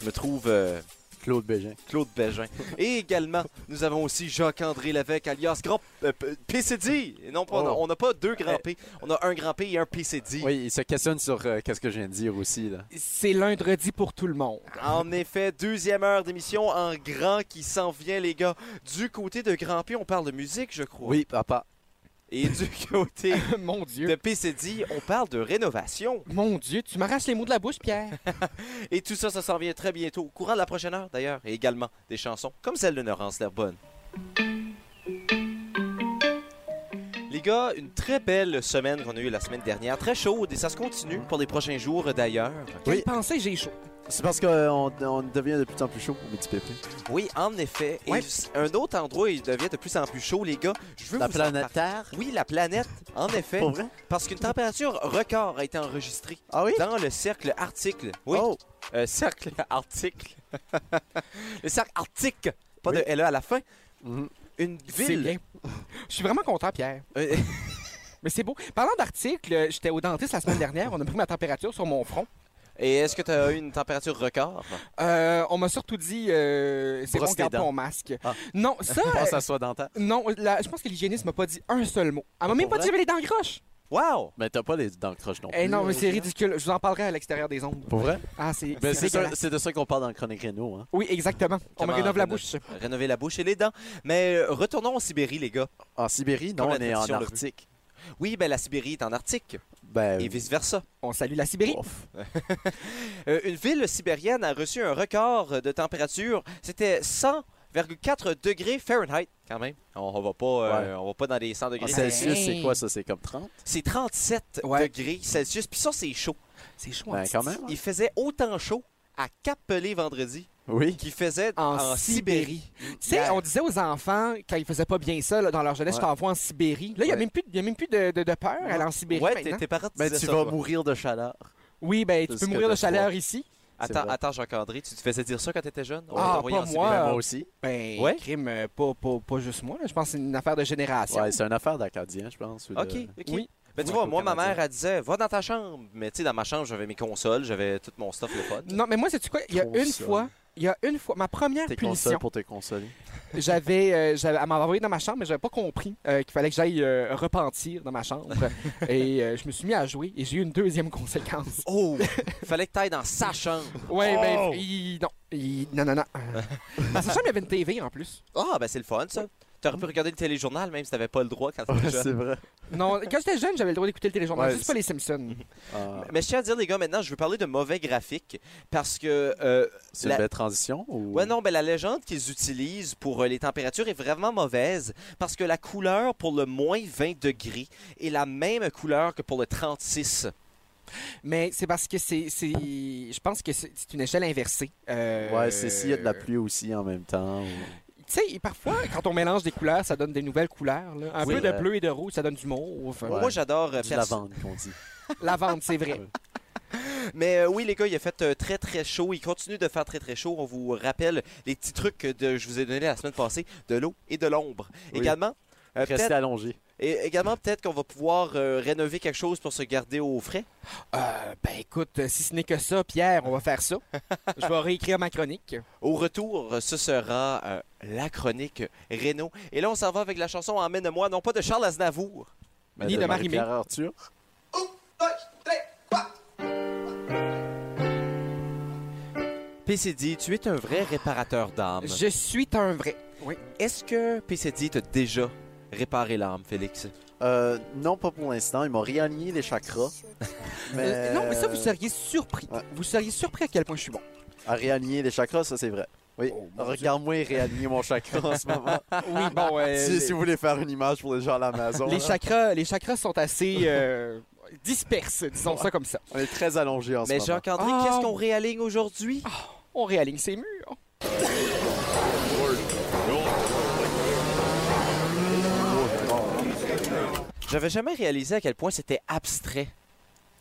A: Je me trouve euh,
C: Claude Bégin.
A: Claude
C: (laughs)
A: Bégin. Et également, nous avons aussi Jacques-André Lévesque alias Grand euh, P- PCD. Et non, pas,
C: Oh.
A: on n'a pas deux Grands P, on a un Grand P et un PCD.
C: Oui, il se questionne sur euh, qu'est-ce que je viens de dire aussi. Là.
D: C'est lundi pour tout le monde.
A: En effet, deuxième heure d'émission en grand qui s'en vient, les gars. Du côté de Grand P, on parle de musique, je crois.
C: Oui, papa.
A: Et du (laughs) côté
D: (laughs) Mon Dieu.
A: de PCD, on parle de rénovation.
D: Mon Dieu, tu m'arraches les mots de la bouche, Pierre.
A: Et tout ça, ça s'en vient très bientôt, au courant de la prochaine heure d'ailleurs, et également des chansons comme celle de Laurence Lerbonne. Les gars, une très belle semaine qu'on a eue la semaine dernière, très chaude, et ça se continue pour les prochains jours d'ailleurs.
D: Quelle
C: Oui.
D: pensée j'ai chaud.
C: C'est parce qu'on on devient de plus en plus chaud au Midi Pépé.
A: Oui, en effet. Et
D: Ouais.
A: c- un autre endroit, il devient de plus en plus chaud, les gars. Je veux
C: La
A: vous en
C: planète
A: par-
C: Terre.
A: Oui, la planète, en effet,
C: Pour vrai?
A: parce qu'une température record a été enregistrée
C: Ah oui?
A: dans le cercle arctique. Oui,
C: Oh,
A: Euh, cercle (laughs) arctique. le cercle arctique, pas de LE à la fin.
C: Mhm.
A: Une
D: C'est
A: ville.
D: bien. Je suis vraiment content, Pierre.
A: Euh,
D: Mais c'est beau. Parlant d'articles, euh, j'étais au dentiste la semaine dernière. On a pris ma température sur mon front.
A: Et est-ce que tu as eu une température record?
D: Euh, on m'a surtout dit, euh, c'est bon,
C: Brosse tes
D: garde
C: dents.
D: ton masque.
C: Ah. (laughs)
D: Non, ça,
C: pense à soi dentaire.
D: euh, non, la- je pense que l'hygiéniste m'a pas dit un seul mot. Elle m'a même pas
C: Ah, vrai?
D: dit que j'avais les dents croches.
A: Wow!
C: Mais Ben, t'as pas les dents croches non plus.
D: Eh non, mais c'est ridicule. Je vous en parlerai à l'extérieur des ondes.
C: Pour vrai?
D: Ah, c'est
C: Ben,
D: c'est
C: c'est ça-
D: dégueulasse.
C: c'est de ça qu'on parle dans le Chronique Renault. Hein?
D: Oui, exactement. On me
A: Comment
D: rénove la
A: on
D: bouche.
A: Rénover la bouche et les dents. Mais euh, retournons en Sibérie, les gars.
C: En Sibérie, non,
A: Comme la
C: on est en
A: tradition le veut.
C: Arctique.
A: Oui, ben la Sibérie est en Arctique
C: Ben,
A: et vice-versa.
D: On salue la Sibérie.
C: bof.
A: Euh, une ville sibérienne a reçu un record de température. C'était 100,4 degrés Fahrenheit, quand même. On, on va pas, euh, on va pas dans les 100
C: En
A: degrés Celsius.
C: Celsius, c'est quoi ça? C'est comme 30?
A: C'est 37
D: Ouais.
A: degrés Celsius. Puis ça, c'est chaud.
D: C'est chaud.
C: Ben,
D: hein.
C: quand même.
A: Il faisait autant chaud à Cap-Pelé vendredi
C: Oui.
A: qu'il faisait
D: En
A: en, Sibérie.
D: Tu sais, on disait aux enfants, quand ils faisaient pas bien ça, là, dans leur jeunesse,
C: Ouais.
D: je t'envoie en Sibérie. Là, il n'y a
C: Ouais.
D: même plus, de- il y a même plus de, de- de peur à aller en Sibérie
A: Ouais,
D: maintenant.
A: tes- tes parents te
C: Ben,
A: disaient
C: tu
A: ça,
C: vas
A: toi.
C: mourir de chaleur.
D: Oui, ben, tu
C: Parce
D: peux
C: que
D: mourir de
C: t'as froid.
D: chaleur ici.
A: Attends,
C: vrai.
A: attends, Jacques-André, tu te faisais dire ça quand t'étais jeune? On
D: Ah,
A: t'envoyait
D: pas
A: en
D: moi.
A: Sibérie.
C: Ben,
D: euh,
C: moi aussi.
D: Ben,
A: Ouais.
D: crime, euh, pas, pas, pas juste moi. là. Je pense que c'est une affaire de génération.
C: Ouais, c'est une affaire d'Acadien, je pense. ou de-
A: OK, OK.
D: Oui.
A: Ben, tu
C: Euh, Oui.
A: vois, moi, ma
C: Canadien.
A: mère, elle disait, va dans ta chambre. Mais tu sais, dans ma chambre, j'avais mes consoles, j'avais tout mon stuff, le fun.
D: Non, mais moi, c'est quoi? Il y a
C: Trop
D: une
C: ça.
D: fois, il y a une fois, ma première
C: Tes
D: punition,
C: consoles pour te consoler.
D: j'avais, euh, j'avais- elle m'avait envoyé dans ma chambre, mais j'avais pas compris euh, qu'il fallait que j'aille euh, repentir dans ma
C: (laughs)
D: chambre. et euh, je me suis mis à jouer et j'ai eu une deuxième conséquence.
A: (laughs)
C: (laughs)
A: Oh! Fallait que t'ailles dans sa chambre.
D: Ouais,
C: Oh!
D: ben, il- non, il- non,
C: (laughs)
D: non, non. Dans sa chambre, il y avait une TV en plus.
A: Ah, ben c'est le fun, ça. T'aurais pu regarder le téléjournal, même si t'avais pas le droit quand t'étais
C: (laughs) Ouais,
A: jeune.
C: c'est vrai.
D: Non, quand j'étais jeune, j'avais le droit d'écouter le téléjournal,
C: Ouais,
D: juste pas les Simpsons.
C: Ah,
A: Mais je tiens à dire, les gars, maintenant, je veux parler de mauvais graphiques parce que euh,
C: c'est
A: la-
C: une belle transition? Ou...
A: Ouais, non, ben la légende qu'ils utilisent pour euh, les températures est vraiment mauvaise parce que la couleur pour le moins 20 degrés est la même couleur que pour le 36.
D: Mais c'est parce que c'est, c'est- je pense que c'est c'est une échelle inversée. Euh,
C: Ouais, c'est s'il y a de la pluie aussi en même temps. ou-
D: Tu sais, parfois, quand on mélange des couleurs, ça donne des nouvelles couleurs. là. Un
C: Oui,
D: peu de
C: ouais.
D: bleu et de rouge, ça donne du mauve.
C: Ouais.
A: Moi, j'adore euh,
C: Du
A: perso-
C: lavande, qu'on dit.
D: Lavande, c'est
C: (laughs)
D: vrai.
A: Mais euh, oui, les gars, il a fait euh, très très chaud. Il continue de faire très très chaud. On vous rappelle les petits trucs que de, je vous ai donné la semaine passée de l'eau et de l'ombre.
C: Oui.
A: Également, euh, peut-être-
C: Rester allongé.
A: Et également, peut-être qu'on va pouvoir euh, rénover quelque chose pour se garder au frais.
D: Euh, ben écoute, euh, si ce n'est que ça, Pierre, on va faire ça. Je vais réécrire ma chronique.
A: Au retour, ce sera euh, la chronique Renault. Et là, on s'en va avec la chanson Emmène-moi, non pas de Charles Aznavour.
C: Mais
D: Ni de Marie-Mé.
C: Ben, Marie-Pierre Euh, Arthur.
A: PCD, tu es un vrai réparateur d'âme.
D: Je suis un vrai. Oui.
A: Est-ce que PCD t'a déjà réparé l'âme, Félix?
C: Euh, non, pas pour l'instant. Ils m'ont réaligné les
A: (laughs)
C: chakras. mais...
D: Euh, non, mais ça, vous seriez surpris.
C: ouais.
D: Vous seriez surpris à quel point je suis
C: (laughs)
D: bon.
C: À réaligner les chakras, ça, c'est vrai. Oui. Regarde-moi réaligner mon chakra en ce (laughs) moment.
D: Oui, bon, euh,
C: si,
D: les,
C: si vous voulez faire une image pour les gens à la maison,
D: les chakras, les chakras sont assez euh, disperses, disons ça comme ça.
C: on est très allongés en
A: Mais
C: ce moment.
A: Jacques-André,
D: Ah,
A: qu'est-ce qu'on
D: oui.
A: réaligne aujourd'hui?
D: On réaligne hein. ses murs.
A: J'avais jamais réalisé à quel point c'était abstrait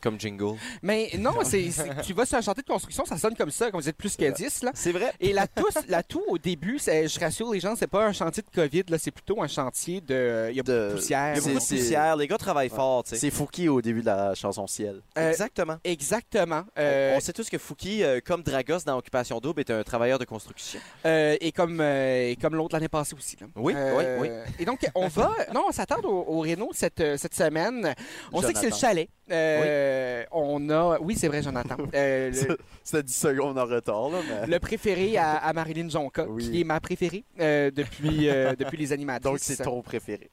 A: comme jingle.
D: Mais non, c'est, c'est- tu vas sur un chantier de construction, ça sonne comme ça, quand vous êtes plus qu'à 10, là.
A: C'est vrai.
D: Et la touche, la toux au début, c'est- je rassure les gens, c'est pas un chantier de COVID, là, c'est plutôt un chantier de. euh, Il y a beaucoup de
C: De-
D: poussière.
C: il y a
A: C'est
C: beaucoup
A: de poussière, les gars travaillent fort, tu sais.
C: C'est Fouki au début de la chanson Ciel.
D: Euh,
A: Exactement.
D: Exactement.
A: On-
D: Euh,
A: On sait tous que Fouki, euh, comme Dragos dans Occupation Double, est un travailleur de construction.
D: euh, et comme, euh, et comme l'autre l'année passée aussi. là.
A: Oui,
D: Euh,
A: oui,
D: Et donc, on va. (laughs) Non, on s'attarde au, au Renault cette, euh, cette semaine. On sait que c'est le
C: Jonathan.
D: chalet. Euh, On a. Oui, c'est vrai, Jonathan.
C: (laughs)
D: Euh, le,
C: C'était 10 secondes en retard, là, mais...
D: le préféré à, à Marilyn Jonca,
C: Oui.
D: qui est ma préférée euh, depuis, euh, depuis les animatrices.
C: Donc, c'est ton préféré.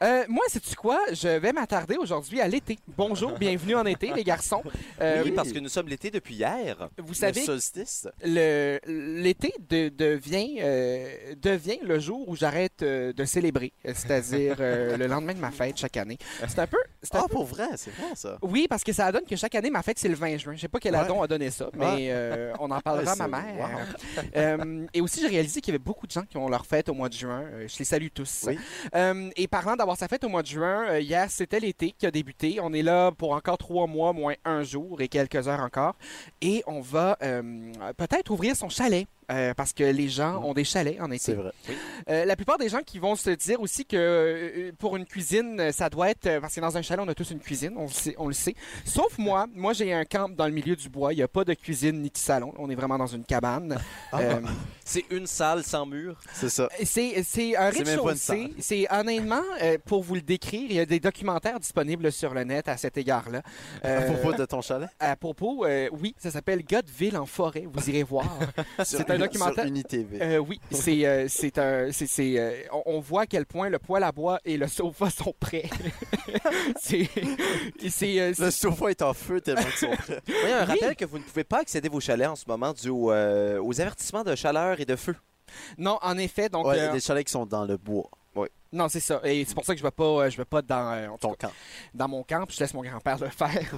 D: Euh, moi, sais-tu quoi? Je vais m'attarder aujourd'hui à l'été. Bonjour, bienvenue en été, les garçons. Euh,
A: oui, parce que nous sommes l'été depuis hier.
D: Vous savez,
C: Le solstice.
D: le- l'été de- devient, euh, devient le jour où j'arrête euh, de célébrer, euh, c'est-à-dire euh, le lendemain de ma fête chaque année. C'est un peu... c'est un
C: Ah,
D: peu-
C: pour vrai, c'est vrai, ça.
D: Oui, parce que ça donne que chaque année, ma fête, c'est le 20 juin. Je sais pas quel
C: Ouais. Ah.
D: adon a donné ça, mais
C: Ouais.
D: euh, on en
C: (laughs)
D: parlera à ma
C: Ouais,
D: mère. Euh, et aussi, j'ai réalisé qu'il y avait beaucoup de gens qui ont leur fête au mois de juin. Euh, Je les salue tous.
C: Oui.
D: Euh, et parlant d'avoir sa fête au mois de juin, euh, hier, c'était l'été qui a débuté. On est là pour encore trois mois, moins un jour et quelques heures encore. Et on va euh, peut-être ouvrir son chalet. euh, parce que les gens ont des chalets en
C: Mm. C'est
D: été.
C: vrai.
D: Euh, la plupart des gens qui vont se dire aussi que euh, pour une cuisine, euh, ça doit être... euh, Parce que dans un chalet, on a tous une cuisine, on le sait. On le sait. Sauf moi. Moi, j'ai un camp dans le milieu du bois. Il n'y a pas de cuisine ni de salon. On est vraiment dans une
C: (laughs)
D: cabane.
C: Ah.
D: Euh,
A: C'est une salle sans
D: (gasps)
A: mur.
C: C'est ça.
D: c'est c'est un
C: C'est même pas une salle.
D: rez-de-chaussée. C'est honnêtement, euh, pour vous le décrire, il y a des documentaires disponibles sur le net à cet
C: (laughs)
D: égard-là.
C: À
D: Euh,
C: propos de ton
D: (laughs)
C: chalet.
D: à propos, euh, oui, ça s'appelle Godville en forêt. Vous irez voir.
C: C'est
D: un documentaire.
C: Sur UniTV.
D: Euh, oui, c'est euh, c'est un, c'est- c'est, euh, on, on voit à quel point le poêle à bois et le (laughs) sofa sont prêts. c'est c'est, euh,
C: Le sofa est en feu tellement
D: (laughs)
C: qu'ils sont prêts.
A: Oui, un rappel que vous ne pouvez pas accéder vos chalets en ce moment dû au, euh, aux avertissements de chaleur et de feu.
D: non, en effet, donc
C: Ouais,
D: euh,
C: les chalets qui sont dans le bois,
D: non, c'est ça. Et c'est pour ça que je vais pas, euh, je vais pas dans euh, en tout
C: ton
D: cas,
C: camp.
D: dans mon camp, puis je laisse mon grand-père le
C: (laughs)
D: faire.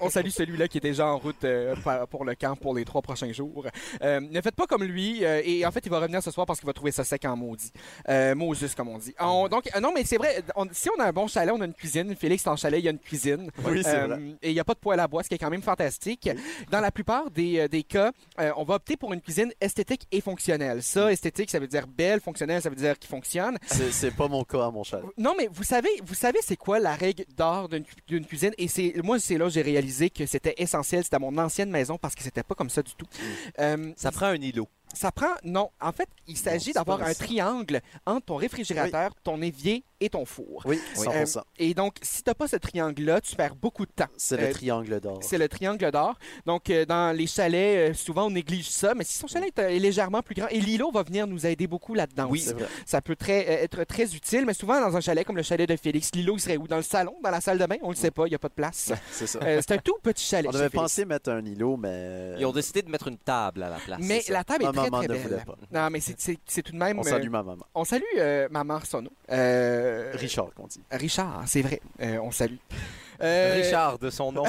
D: On salue celui-là qui est déjà en route euh, pa- pour le camp pour les trois prochains jours. Euh, ne faites pas comme lui. euh, et en fait, il va revenir ce soir parce qu'il va trouver ça sec en maudit. Euh, Moses, comme on dit. On- donc, euh, non, mais c'est vrai. on- si on a un bon chalet, on a une cuisine. Félix, en chalet, il y a une cuisine.
C: Oui, c'est
D: Euh,
C: vrai.
D: Et il n'y a pas de poêle à bois, ce qui est quand même fantastique. Dans la plupart des, euh, des cas, euh, on va opter pour une cuisine esthétique et fonctionnelle. Ça, esthétique, ça veut dire belle, fonctionnelle, ça veut dire qui fonctionne.
C: C'est c'est pas mon cas à mon chalet.
D: Non, mais vous savez, vous savez c'est quoi la règle d'or d'une cu- d'une cuisine? Et c'est moi, c'est là que j'ai réalisé que c'était essentiel. C'était à mon ancienne maison parce que c'était pas comme ça du tout.
C: Mm.
D: Euh,
A: Ça prend un îlot.
D: ça prend. Non, en fait, il s'agit
C: c'est pas
D: d'avoir un
C: nécessaire.
D: triangle entre ton réfrigérateur, ton évier et ton four.
C: Oui,
A: Oui.
C: 100%.
D: Et donc, si t'as pas ce triangle-là, tu perds beaucoup de temps.
C: C'est
D: Euh,
C: le triangle d'or.
D: C'est le triangle d'or. Donc, euh, dans les chalets, euh, souvent, on néglige ça. Mais si
C: Mm.
D: son chalet est euh, légèrement plus grand, et l'îlot va venir nous aider beaucoup là-dedans
A: Oui,
D: aussi.
C: C'est vrai.
D: Ça peut très, euh, être très utile, mais souvent dans un chalet comme le chalet de Félix, l'îlot il serait où Dans le salon Dans la salle de bain On le sait pas, il n'y a pas de place.
C: (laughs) C'est ça.
D: Euh, c'est un tout petit chalet.
C: On
D: chez
C: avait
D: Félix.
C: pensé mettre un îlot, mais.
A: Ils ont décidé de mettre une table à la place.
D: Ah, Mais
A: C'est ça.
D: la table est
C: Ma
D: très,
C: maman
D: très
C: ne voulait
D: belle.
C: pas.
D: Non, mais c'est- c'est c'est tout de même.
C: On
D: euh,
C: salue ma maman.
D: on salue euh, Maman Arsenault. Euh,
C: Richard, qu'on dit.
D: Richard, c'est vrai. Euh, on salue. Euh,
A: Richard, de son nom.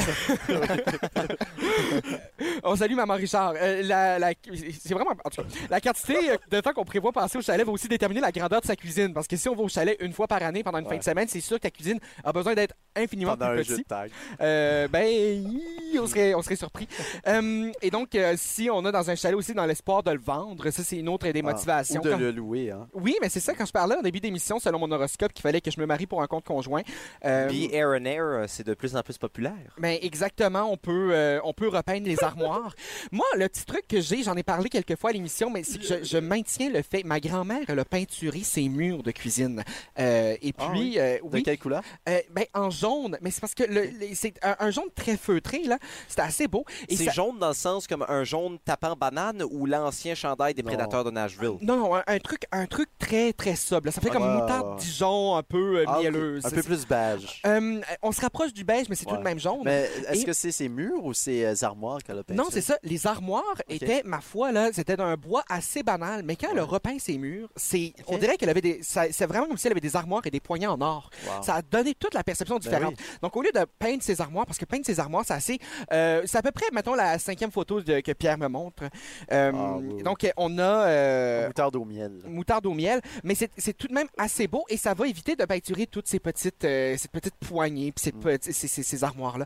D: On salue Maman Richard. Euh, la, la- c'est vraiment. En tout cas, la quantité euh, de temps qu'on prévoit passer au chalet va aussi déterminer la grandeur de sa cuisine. Parce que si on va au chalet une fois par année pendant une fin de semaine, c'est sûr que ta cuisine a besoin d'être infiniment
C: Pendant un
D: plus
C: jeu de
D: petit,
C: tag.
D: euh, ben, hi, on serait, on serait
C: (laughs)
D: surpris. Euh, et donc, euh, si on a dans un chalet aussi dans l'espoir de le vendre, ça, c'est une autre des
C: Ah,
D: motivations.
C: Ou de
D: Quand-
C: le louer, hein.
D: Oui, mais c'est ça, quand je parlais en début d'émission, selon mon horoscope, qu'il fallait que je me marie pour un compte conjoint. (laughs) euh,
A: Be air and air, euh, c'est de plus en plus populaire.
D: ben exactement, on peut, euh, on peut repeindre les
C: (laughs)
D: armoires. Moi, le petit truc que j'ai, j'en ai parlé quelques fois à l'émission, mais c'est que je, je maintiens le fait, ma grand-mère, elle a peinturé ses murs de cuisine. Euh, et puis,
C: Ah oui.
D: euh,
C: De
D: oui,
C: quelle couleur
D: euh, ben, en jaune, mais c'est parce que le- le- c'est un, un jaune très feutré, là, c'était assez beau. Et
A: C'est
D: ça-
A: jaune dans le sens comme un jaune tapant banane ou l'ancien chandail des
C: Non.
A: prédateurs de Nashville.
D: Non, non, un, un truc, un truc très, très sobre. là. Ça fait
C: Ah,
D: comme
C: ouais,
D: moutarde
C: ouais, ouais.
D: Dijon un peu euh,
C: Ah, ok.
D: mielleuse.
C: Un peu plus beige.
D: Euh, on se rapproche du beige, mais c'est tout
C: Ouais.
D: le même jaune.
C: Mais est-ce
D: Et-
C: que c'est ses murs ou ses euh, armoires qu'elle a peintes
D: Non, c'est ça. Les armoires étaient, ma foi, là, c'était d'un bois assez banal. Mais quand elle a repeint ses murs, c'est, on dirait qu'elle avait des, ça- c'est vraiment comme si elle avait des armoires et des poignées en or.
C: Wow.
D: Ça a donné toute la perception
C: Ben
D: différente. Donc, au lieu de peindre ses armoires, parce que peindre ses armoires, c'est assez, euh, c'est à peu près, mettons, la cinquième photo de- que Pierre me montre. Euh,
C: Ah, oui, oui.
D: Donc, on a, euh,
C: Moutarde
D: (laughs)
C: au miel.
D: moutarde au miel, mais c'est c'est tout de même assez beau et ça va éviter de peinturer toutes ces petites, euh, ces petites poignées puis ces,
C: Mm.
D: petits- ces, ces- ces armoires-là.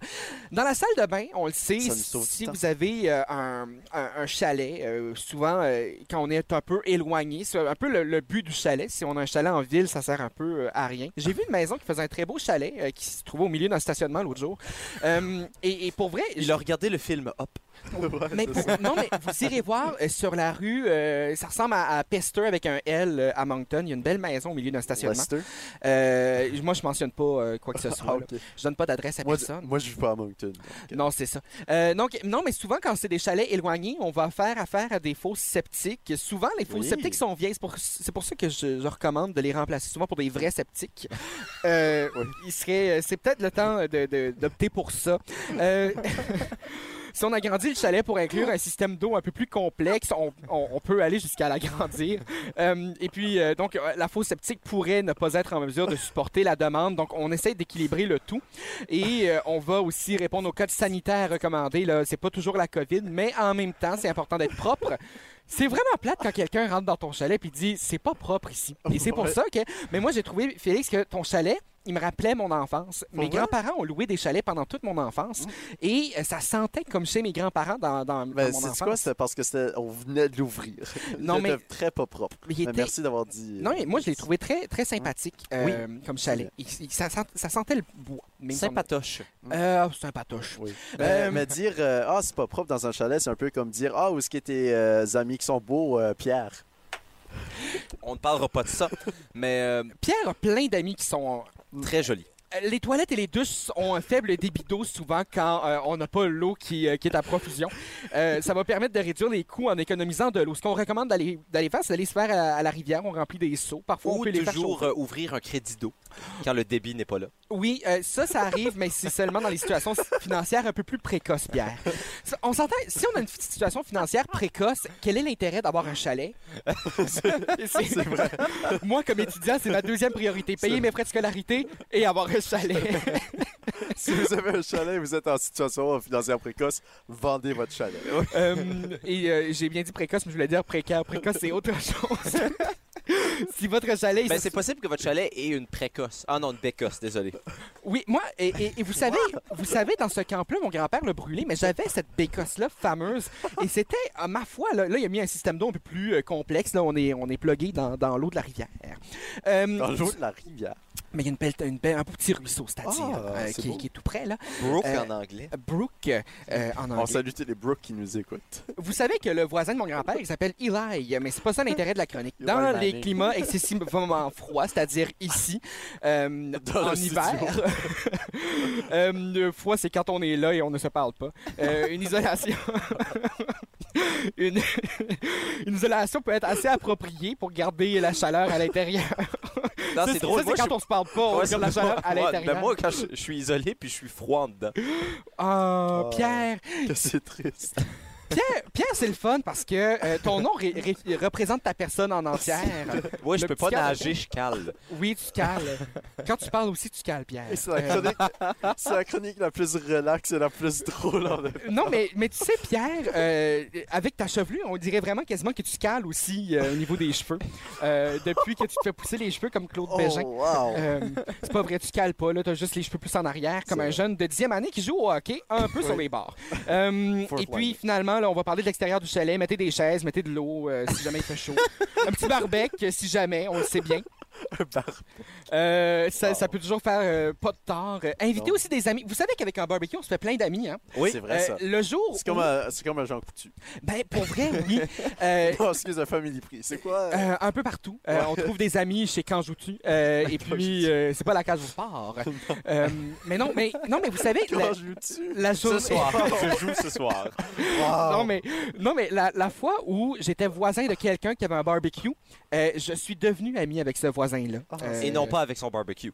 D: Dans la salle de bain, on le sait,
C: Ça nous sauve du
D: si
C: temps.
D: vous avez euh, un, un- un chalet, euh, souvent euh, quand on est un peu éloigné, c'est un peu le, le but du chalet. Si on a un chalet en ville, ça sert un peu euh, à rien. J'ai vu une maison qui faisait un très beau chalet euh, qui se trouvait au milieu d'un stationnement l'autre jour. Euh, et, et pour vrai,
A: Il a regardé le film Hop.
D: mais pour- non, mais vous irez voir euh, sur la rue, euh, ça ressemble à, à Pester avec un L euh, à Moncton. Il y a une belle maison au milieu d'un stationnement.
C: Lester.
D: Euh, moi, je mentionne pas euh, quoi que
C: (laughs)
D: ce soit.
C: Ah,
D: là.
C: ok.
D: Je donne pas d'adresse à
C: Moi, je-
D: personne.
C: moi, je ne vis pas à Moncton.
D: Non, c'est ça. Euh, donc, non, mais souvent, quand c'est des chalets éloignés, on va faire affaire à des fosses septiques. Souvent, les fosses
C: Oui.
D: septiques sont vieilles. C'est pour, c'est pour ça que je, je recommande de les remplacer souvent pour des vrais
C: (laughs)
D: septiques. Euh, il serait, c'est peut-être le temps de- de- d'opter pour ça. Euh, (laughs) si on agrandit le chalet pour inclure un système d'eau un peu plus complexe, on, on- on peut aller jusqu'à l'agrandir. Euh, et puis, euh, donc, euh, la fosse septique pourrait ne pas être en mesure de supporter la demande. Donc, on essaie d'équilibrer le tout. Et euh, on va aussi répondre aux codes sanitaires recommandés. Là, c'est pas toujours la COVID, mais en même temps, c'est important d'être propre. C'est vraiment plate quand quelqu'un rentre dans ton chalet puis dit c'est pas propre ici. Et c'est pour ça que. Mais moi, j'ai trouvé, Félix, que ton chalet, il me rappelait mon enfance. Mes
C: vrai?
D: grands-parents ont loué des chalets pendant toute mon enfance. Et euh, ça sentait comme chez mes grands-parents dans, dans, dans
C: Ben,
D: mon
C: c'est
D: enfance.
C: quoi? C'est parce que c'était- on venait de l'ouvrir.
D: (laughs) Non,
C: C'était
D: mais-
C: très pas propre.
D: Mais il
C: Mais
D: était-
C: Ben, Merci Hein? d'avoir dit. euh,
D: Non, mais moi, je l'ai trouvé très, très sympathique euh, comme chalet. Il- il- ça, sent- ça sentait le bois. mais il me semble-
A: Sympatoche.
D: Euh, sympatoche.
C: Oui. Mais, mais dire euh, Ah, c'est pas propre dans un chalet, c'est un peu comme dire Ah, où est-ce que tes euh, amis qui sont beaux, euh, Pierre
D: (laughs)
A: On ne parlera pas de ça, mais euh,
C: Hein?
D: Pierre a plein d'amis qui sont
A: très joli.
D: Euh, Les toilettes et les douches ont un faible débit d'eau souvent quand euh, on n'a pas l'eau qui, euh, qui est à profusion. Euh, ça va permettre de réduire les coûts en économisant de l'eau. Ce qu'on recommande d'aller d'aller faire, c'est d'aller se faire à, à la rivière. On remplit des seaux. Parfois, on
A: Ou
D: peut les faire
A: toujours
D: chauffer.
A: euh, ouvrir un crédit d'eau quand le débit n'est pas là.
D: Oui, euh, ça, ça arrive, mais c'est seulement dans les situations financières un peu plus précoces, Pierre. Ça, On s'entend, si on a une situation financière précoce, quel est l'intérêt d'avoir un chalet? c'est vrai. Moi, comme étudiant, c'est ma deuxième priorité. Payer mes frais de scolarité et avoir un chalet.
C: Si vous avez un chalet et vous êtes en situation euh, financière précoce, vendez votre chalet.
D: Euh, et euh, j'ai bien dit précoce, mais je voulais dire précaire. Précoce, c'est autre (laughs) chose. si votre chalet...
A: Ben, c'est possible que votre chalet ait une précoce. Ah non, une bécosse, désolé.
D: Oui, moi, et, et-
C: (laughs)
D: et vous savez, vous savez, dans ce camp-là, mon grand-père l'a brûlé, mais j'avais cette bécosse-là fameuse. Et c'était, à ma foi, là, là, il a mis un système d'eau un peu plus euh, complexe. Là, on est, on est plugué dans, dans l'eau de la rivière. Euh,
C: Dans l'eau de la rivière.
D: Mais il y a une belle, une belle- un beau petit ruisseau, c'est-à-dire,
C: Ah,
D: euh,
C: c'est
D: qui,
C: beau.
D: qui est tout près, là.
A: Brooke
D: Euh,
A: en anglais.
D: Brooke, euh, en anglais.
C: On salue tous les Brooks qui nous (laughs) écoutent.
D: Vous savez que le voisin de mon grand-père, il s'appelle Eli, mais c'est pas ça l'intérêt de la chronique.
C: Eli
D: Dans
C: Manning.
D: les climats excessivement froids, c'est-à-dire ici, euh,
C: Dans
D: en
C: le
D: hiver, (laughs) euh, le froid, c'est quand on est là et on ne se parle pas. Euh, une isolation. (laughs) une... une isolation peut être assez appropriée pour garder la chaleur à l'intérieur.
A: Non,
D: Ça,
A: Ah, c'est drôle.
D: ça,
A: moi,
D: c'est quand
A: je...
D: on se parle pas, on
A: Ouais,
D: garde la
A: c'est-
D: chaleur à
A: Ouais,
D: l'intérieur.
A: ben, moi, quand je, je suis isolé puis je suis froid en dedans.
D: Ah, Pierre,
C: Que c'est triste.
D: Pierre, Pierre, c'est le fun parce que euh, ton nom ré- ré- représente ta personne en entière.
A: Oui, je
D: Le
A: peux
D: petit
A: pas
D: gars-
A: nager, je cale.
D: Oui, tu cales. (laughs) Quand tu parles aussi, tu cales, Pierre.
C: Et C'est la,
D: Euh,
C: chronique, c'est la chronique la plus relaxe et la plus drôle. en-
D: non, mais, mais tu sais, Pierre, euh, avec ta chevelure, on dirait vraiment quasiment que tu cales aussi euh, au niveau des cheveux. Euh, depuis que tu te fais pousser les cheveux comme Claude Bégin.
C: wow.
D: Euh, c'est pas vrai, tu cales pas, là, t'as juste les cheveux plus en arrière, comme un jeune de 10e année qui joue au hockey, un peu sur les bords. Euh,
C: Fort
D: et
C: loin.
D: puis finalement, là, on va parler de l'extérieur du chalet, mettez des chaises, mettez de l'eau euh, si jamais il fait
C: (laughs)
D: chaud. un petit barbecue euh, si jamais, on le sait bien. Euh, ça, ça peut toujours faire euh, pas de tort. Euh, invitez aussi des amis. Vous savez qu'avec un barbecue, on se fait plein d'amis. Hein?
C: Oui, c'est vrai
D: Euh,
C: ça.
D: le jour.
C: C'est comme,
D: où-
C: un, c'est comme un Jean Coutu.
D: Ben, pour vrai, oui.
C: (laughs)
D: Euh,
C: Oh, excuse, un Family Prix. C'est quoi? euh,
D: euh, un peu partout. Euh, on trouve des amis chez Kanjoutu. Euh, et puis, euh, c'est pas la cage au sport. Euh, mais non, mais non, mais vous savez, la,
C: Quand joues-tu?
D: la journée- (laughs)
C: (laughs)
A: je joue ce soir.
D: non mais non mais la, la fois où j'étais voisin de quelqu'un qui avait un barbecue, euh, je suis devenu ami avec ce voisin-là. Euh,
A: Et non pas avec son barbecue.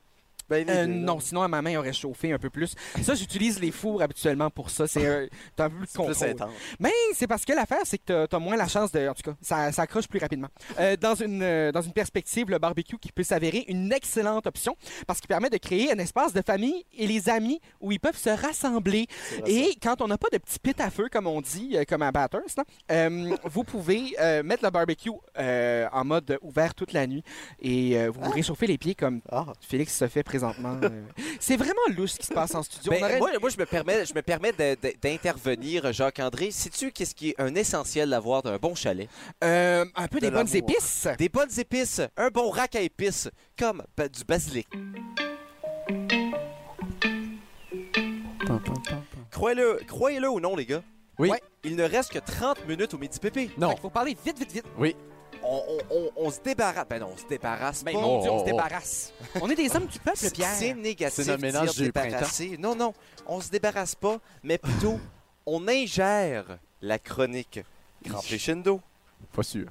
C: Ben, les
D: euh,
C: deux, là.
D: non, sinon ma main aurait chauffé un peu plus. Ça, j'utilise les fours habituellement pour ça. C'est euh, t'as un peu plus de
C: Plus
D: contrôle.
C: intense.
D: Mais c'est parce que l'affaire, c'est que t'as- t'as moins la chance de. En tout cas, ça, ça accroche plus rapidement. Euh, dans, une, euh, dans une perspective, le barbecue qui peut s'avérer une excellente option parce qu'il permet de créer un espace de famille et les amis où ils peuvent se rassembler.
C: C'est vrai,
D: Et quand on n'a pas de petit pit à feu, comme on dit, euh, comme à Bathurst, là, euh, (laughs) vous pouvez euh, mettre le barbecue euh, en mode ouvert toute la nuit et euh, vous vous réchauffez les pieds comme
C: ça. Ah.
D: Félix se fait présentement. euh. C'est vraiment louche ce qui se passe en studio.
A: Ben,
D: On aurait-
A: moi, moi, je me permets, je me permets de- de- d'intervenir, Jacques-André. Sais-tu qu'est-ce qui est un essentiel d'avoir d'un bon chalet?
D: Euh, un peu des
C: de
D: bonnes
C: l'amour.
D: épices.
A: Des bonnes épices, un bon rack à épices, comme ben, du basilic. Croyez-le croyez -le ou non, les gars.
C: Oui.
A: Ouais. Il ne reste que 30 minutes au Midi Pépé.
C: Non.
D: Il faut parler vite, vite, vite.
A: On, on- on- on se débarrasse. Ben non, on se débarrasse
D: Ben,
A: pas.
D: mon
C: Oh,
D: Dieu,
C: oh,
D: on
C: oh.
D: se débarrasse. On est des hommes du peuple,
A: C'est- C'est
D: Pierre.
A: négatif.
C: C'est notre
A: de dire
C: ménage du
A: débarrasser. Non, non, on se débarrasse pas, mais plutôt, on ingère la chronique. Grand crescendo.
C: Pas sûr.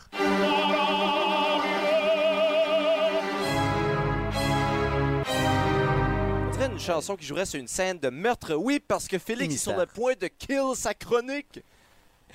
A: On dirait une chanson qui jouerait sur une scène de meurtre. Oui, parce que Félix est
C: Mystère.
A: sur le point de kill sa chronique.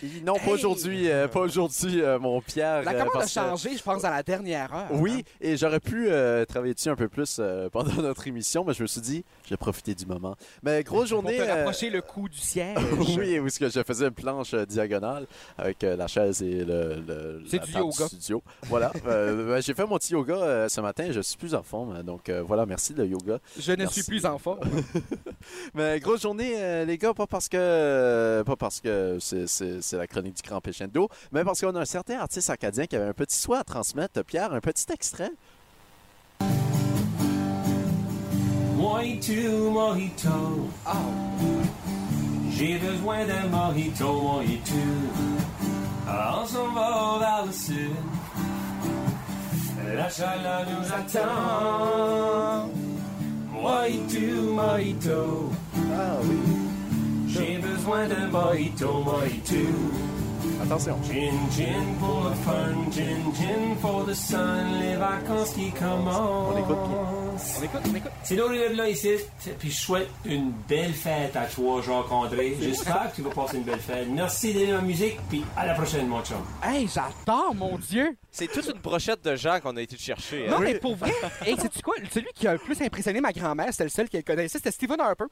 C: Et Non, pas aujourd'hui, euh, pas aujourd'hui, euh, mon Pierre.
D: La
C: euh,
D: commande a
C: parce que-
D: changé, je pense, à la dernière heure.
C: Oui, et j'aurais pu euh, travailler dessus un peu plus euh, (laughs) pendant notre émission, mais je me suis dit, je vais profiter du moment. Mais grosse
D: Pour
C: journée.
D: te
C: euh,
D: rapprocher le coup du ciel.
C: (laughs) oui, où est-ce que je faisais une planche euh, diagonale avec euh, la chaise et le, le-
D: C'est
C: la
D: du
C: table
D: yoga.
C: studio.
D: (laughs)
C: Voilà. euh, ben, j'ai fait mon petit yoga euh, ce matin. Je suis plus en forme, donc euh, voilà. Merci le yoga.
D: Je ne
C: Merci.
D: suis plus en forme.
C: Mais grosse journée, euh, les gars, pas parce que euh, pas parce que c'est- c'est c'est la chronique du grand Pechendo, mais parce qu'on a un certain artiste acadien qui avait un petit souhait à transmettre. Pierre, un petit extrait.
G: Mojito, mojito. J'ai besoin d'un mojito, mojito. Alors on s'en va vers le sud. La chaleur nous attend. Mojito, mojito.
C: Ah oui.
G: J'ai besoin d'un mojito, mojito.
C: Attention.
G: Gin, gin pour le fun, gin, gin pour the sun, les vacances qui commencent.
C: On écoute
G: On écoute, on écoute. C'est l'heure de là ici, puis je souhaite une belle fête à toi, Jacques-André. J'espère que tu vas passer une belle fête. Merci d'aimer ma musique, puis à la prochaine, mon chum.
D: (laughs) hey, j'adore, mon Dieu.
A: C'est toute une brochette de gens qu'on a été chercher.
D: Non,
A: hein.
D: mais pour vrai, hey, sais-tu quoi? Celui qui a le plus impressionné ma grand-mère, c'était le seul qu'elle connaissait, c'était Stephen Harper.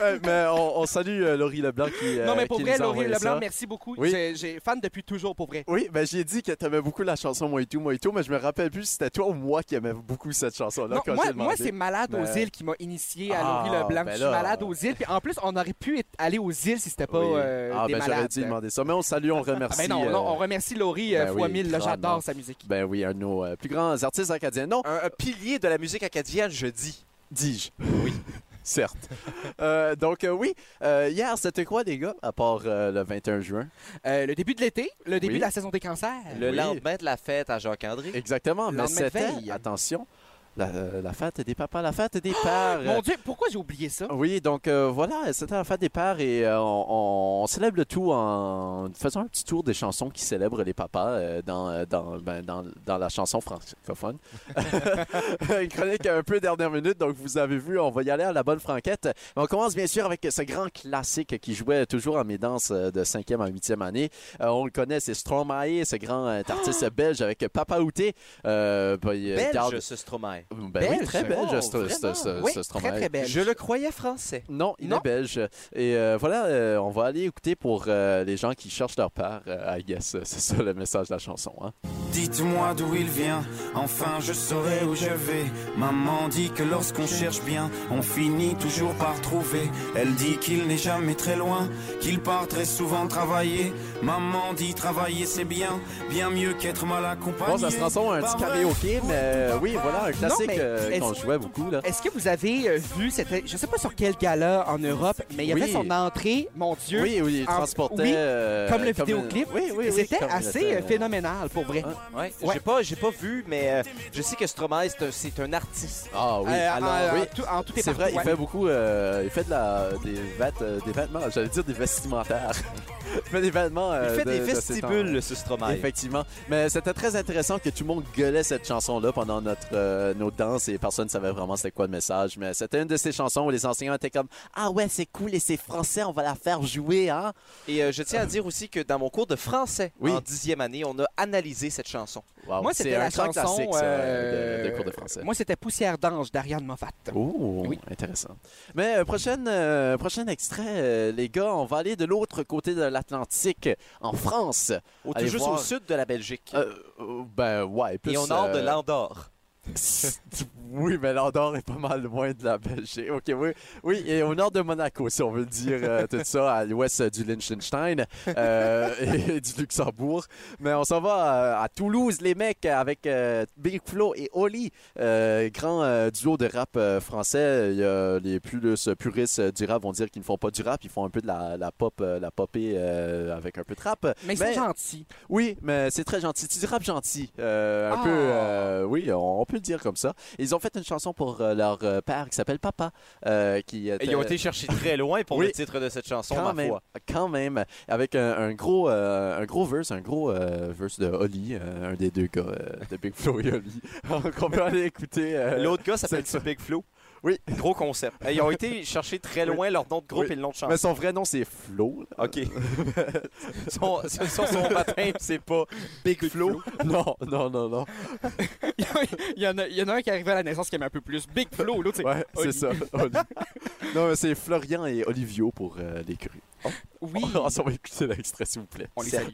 C: Euh, mais on, on salue euh, Laurie Leblanc qui. euh,
D: non, mais pour
C: qui
D: vrai,
C: nous a
D: Laurie
C: envoyé
D: Leblanc,
C: ça.
D: merci beaucoup.
C: Oui.
D: J'ai- J'ai fan depuis toujours, pour vrai.
C: Oui, ben j'ai dit que t'aimais beaucoup la chanson Moito Moito, mais je me rappelle plus si c'était toi ou moi qui aimais beaucoup cette chanson-là
D: Non,
C: quand
D: moi,
C: j'ai demandé.
D: moi, c'est Malade aux
C: Mais-
D: îles qui m'a initié à
C: Ah,
D: Laurie Leblanc.
C: ben
D: je suis
C: là.
D: malade aux îles. Puis en plus, on aurait pu être- aller aux îles si c'était pas
C: Oui.
D: euh,
C: ah,
D: des
C: ben j'aurais
D: malades.
C: dû demander ça. Mais on salue, on
D: Ah, ben
C: remercie.
D: non,
C: euh,
D: non, on remercie Laurie euh,
C: ben
D: fois
C: oui,
D: mille. là,
C: grandement.
D: J'adore sa musique.
C: Ben oui, un de nos euh, plus grands artistes acadiens. Non,
A: Un, un pilier de la musique acadienne, je dis.
C: dis-je. Oui. (laughs) Certes. Euh, donc, euh, oui, euh, hier, c'était quoi, les gars, à part euh, le 21 juin?
D: Euh, le début de l'été, le début
C: Oui.
D: de la saison des cancers.
A: Le
C: Eh Oui. euh,
A: lendemain de la fête à Jacques-André.
C: Exactement, mais
D: Lendemain de
C: c'était,
D: veille.
C: attention, La, euh, la fête des papas, la fête des pères.
D: Mon Dieu, pourquoi j'ai oublié ça?
C: Oui, donc euh, voilà, c'était la fête des pères et euh, on, on célèbre le tout en faisant un petit tour des chansons qui célèbrent les papas euh, dans, euh, dans, ben, dans, dans la chanson francophone. (laughs) Une chronique un peu dernière minute, donc vous avez vu, on va y aller à la bonne franquette. On commence bien sûr avec ce grand classique qui jouait toujours à mes danses euh, de 5e à 8e année. Euh, on le connaît, c'est Stromae, ce grand euh,
D: Ah!
C: artiste belge avec Papa Outé. Euh, ben, il, euh,
A: Belge,
C: garde-
A: ce Stromae.
C: Ben oui,
D: Belge.
C: très belge,
A: Oh,
C: ce- ce- ce- ce-
D: oui,
C: ce
D: très,
C: Stromae.
D: très belle.
A: Je le croyais français.
C: Non, il
D: Non?
C: est belge. Et euh, voilà, euh, on va aller écouter pour euh, les gens qui cherchent leur père. Euh, I guess, (laughs) euh, c'est ça le message de la chanson. Hein?
E: Dites-moi d'où il vient, enfin je saurai où je vais. Maman dit que lorsqu'on cherche bien, on finit toujours par trouver. Elle dit qu'il n'est jamais très loin, qu'il part très souvent travailler. Maman dit travailler c'est bien, bien mieux qu'être mal accompagné.
C: Bon, ça se transforme en un petit
E: Pas vrai.
C: karaoké, mais euh, oui, voilà, un classique
D: mais
C: euh,
D: est-ce-
C: qu'on jouait beaucoup. Là.
D: Est-ce que vous avez euh, vu, c'était, je sais pas sur quel gala en Europe, mais il y avait
C: Oui.
D: son entrée, mon Dieu,
C: Oui, oui, il
D: en-
C: transportait.
D: oui,
C: euh,
D: comme le
C: une-
D: vidéoclip.
C: Oui, oui,
D: Et
C: oui,
D: c'était
C: comme
D: assez
C: le-
D: euh, phénoménal pour vrai.
C: Hein?
A: Ouais.
D: Ouais.
A: J'ai pas, j'ai pas vu, mais euh, je sais que Stromae, c'est un, c'est un artiste.
C: Ah oui,
D: Euh,
C: alors
D: en,
C: oui.
D: en tout, en tout et
C: C'est
D: partout,
C: vrai, il
D: ouais.
C: fait beaucoup. euh, il fait de la, des, vêt- euh, des vêtements, j'allais dire des vestimentaires. (laughs) il fait des vêtements.
A: Il
C: euh,
A: fait
C: de-
A: des
C: de ses temps,
A: vestibules, ce Stromae.
C: Effectivement. Mais c'était très intéressant que tout le monde gueulait cette chanson-là pendant notre, euh, nos danses et personne ne savait vraiment c'était quoi le message. Mais c'était une de ces chansons où les enseignants étaient comme Ah ouais, c'est cool et c'est français, on va la faire jouer, hein?
A: Et euh, je tiens à dire aussi que dans mon cours de français,
C: Oui.
A: en dixième année, on a analysé cette chanson.
C: Wow,
D: Moi,
C: c'est
D: c'était
C: un
D: la
C: grand
D: chanson
C: classique, ça,
D: euh,
C: de, de cours de français.
D: Moi, c'était Poussière d'ange d'Ariane Moffat.
C: Oh, intéressant. Mais euh, prochaine, euh, prochain extrait, euh, les gars, on va aller de l'autre côté de l'Atlantique, en France.
A: Au, tout
C: Allez
A: juste
C: voir.
A: au sud de la Belgique.
C: Euh, euh, ben ouais, plus,
A: et au nord de
C: euh,
A: l'Andorre.
C: (laughs) Oui, mais l'Andorre est pas mal loin de la Belgique. OK, oui. Oui, et au nord de Monaco, si on veut dire euh, tout ça, à l'ouest euh, du Liechtenstein euh, et du Luxembourg. Mais on s'en va euh, à Toulouse, les mecs, avec euh, Big Flo et Oli, euh, grand euh, duo de rap euh, français. Il y a les plus puristes du rap vont dire qu'ils ne font pas du rap, ils font un peu de la, la pop, euh, la popée euh, avec un peu de rap.
D: Mais c'est
C: Mais-
D: gentil. (laughs)
C: Oui, mais c'est très gentil. Tu du rap gentil. Euh, un
D: Ah.
C: peu. euh, oui, on peut le dire comme ça. Ils ont fait une chanson pour euh, leur euh, père qui s'appelle Papa. euh, qui était-
A: Ils ont été chercher très loin pour
C: (laughs) Oui.
A: le titre de cette chanson,
C: Quand
A: ma
C: même,
A: foi.
C: quand même, avec un, un gros, euh, un gros verse, un gros euh, verse de Oli, euh, un des deux gars euh, de Big Flo et Oli. (laughs) Donc, on peut aller écouter. euh,
A: L'autre gars s'appelle
C: c'est ça.
A: Big Flo.
C: Oui.
A: Gros concept. Euh, Ils ont été chercher très
C: (laughs) Oui.
A: loin leur nom de groupe
C: Oui.
A: et le nom de
C: Mais
A: chanson.
C: son vrai nom, c'est Euh, Flo. là.
A: OK. son, son, son, son baptême, c'est pas Big, Flo.
C: non, non, non, non.
D: il, y en a, il y en a un qui arrivait à la naissance qui aimait un peu plus. Big Flo, l'autre, c'est
C: Ouais, c'est
D: Oli.
C: ça. Oli. non, mais c'est Florian et Olivio pour euh, les crues.
D: Oui.
C: On s'en va écouter l'extrait, s'il vous plaît.
D: On les salue.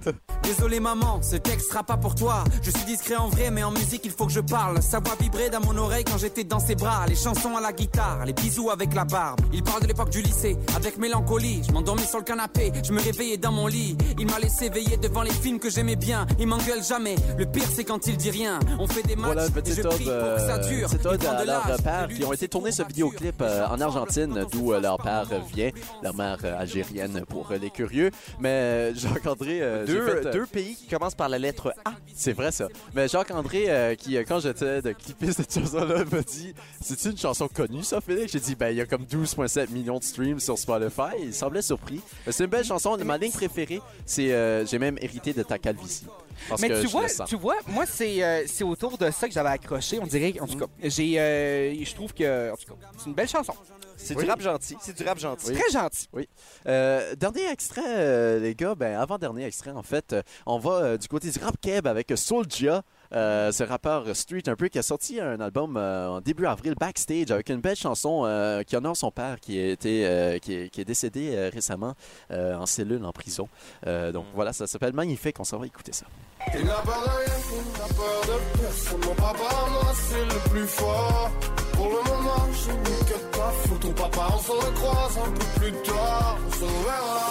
F: Désolé maman, ce texte sera pas pour toi. Je suis discret en vrai, mais en musique il faut que je parle. Sa voix vibrait dans mon oreille quand j'étais dans ses bras. Les chansons à la guitare, les bisous avec la barbe. Il parle de l'époque du lycée, avec mélancolie. Je m'endormais sur le canapé, je me réveillais dans mon lit. Il m'a laissé veiller devant les films que j'aimais bien. Il m'engueule jamais. Le pire c'est quand il dit rien. On fait des matchs,
C: Voilà une
F: et je
C: petite ode,
F: prie pour que ça
C: euh,
F: dure.
C: petite
F: Il
C: ode
F: prend
C: à
F: de
C: leur
F: l'âge,
C: père.
F: il
C: Puis ils ont
F: lui
C: été
F: dit
C: tournés
F: qu'on
C: ce
F: va
C: vidéoclip euh,
F: dur. Les
C: en
F: gens tremblent
C: Argentine,
F: quand on
C: d'où
F: se
C: euh, leur
F: fâche par
C: père
F: moments.
C: vient,
F: Oui, on
C: leur
F: se
C: mère
F: fâche
C: euh,
F: par
C: algérienne
F: moments.
C: pour euh, les curieux. Mais euh, Jacques-André, euh, j'ai
A: Deux,
C: fait, euh,
A: deux pays qui commencent par la lettre A.
C: c'est vrai ça. Mais Jacques-André, euh, qui euh, quand j'étais de clipper cette chanson-là, m'a dit C'est une chanson connue ça, Félix J'ai dit Ben il y a comme 12,7 millions de streams sur Spotify. Il semblait surpris. Mais C'est une belle chanson. Ma ligne préférée, c'est euh, J'ai même hérité de ta calvitie. Parce
D: Mais
C: que
D: tu
C: je
D: vois,
C: le sens.
D: tu vois, moi c'est euh, c'est autour de ça que j'avais accroché, on dirait en tout
C: Mm.
D: cas. J'ai euh, je trouve que en tout cas, c'est une belle chanson.
A: C'est
C: Oui.
A: du rap gentil. C'est du rap gentil.
D: Très gentil.
C: Euh, dernier extrait, euh, les gars, ben avant-dernier extrait, en fait, euh, on va euh, du côté du rap keb avec Soulja. euh, ce rappeur street un peu qui a sorti un album euh, en début avril backstage avec une belle chanson euh, qui honore son père qui a été euh, qui, est, qui est décédé euh, récemment euh, en cellule en prison Euh, donc voilà ça s'appelle magnifique on s'en va écouter ça
E: Il n'a peur de rien, il n'a peur de personne. Mon papa, à moi, c'est le plus fort. Pour le moment, je n'ai que de ta faute. Ton papa, on se recroise un peu plus tard. On se reverra.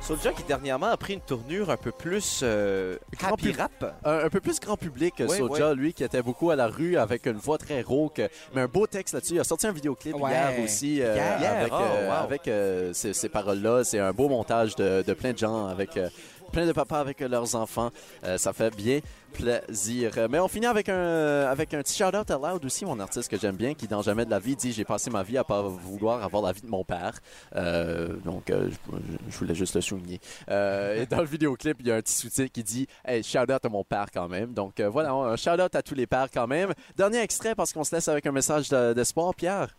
A: Soulja qui dernièrement a pris une tournure un peu plus euh,
C: Grand
A: happy
C: public.
A: rap.
C: un, un peu plus grand public
A: Ouais,
C: Soulja lui qui était beaucoup à la rue avec une voix très rauque mais un beau texte là-dessus il a sorti un vidéoclip
D: Ouais.
C: hier aussi euh,
D: Hier.
C: avec,
A: Oh,
C: euh,
A: wow.
C: avec, euh, ces, ces paroles-là c'est un beau montage de, de plein de gens avec euh, plein de papas avec leurs enfants. Euh, ça fait bien plaisir. Euh, Mais on finit avec un, avec un petit shout-out à Loud aussi, mon artiste que j'aime bien, qui dans Jamais de la vie dit « J'ai passé ma vie à pas vouloir avoir la vie de mon père. Euh, Donc, euh, je, je voulais juste le souligner.
A: (laughs)
C: Euh, et dans le vidéoclip, il y a un petit soutien qui dit hey, shout-out à mon père quand même. » Donc, euh, voilà, un shout-out à tous les pères quand même. Dernier extrait parce qu'on se laisse avec un message de- d'espoir, Pierre.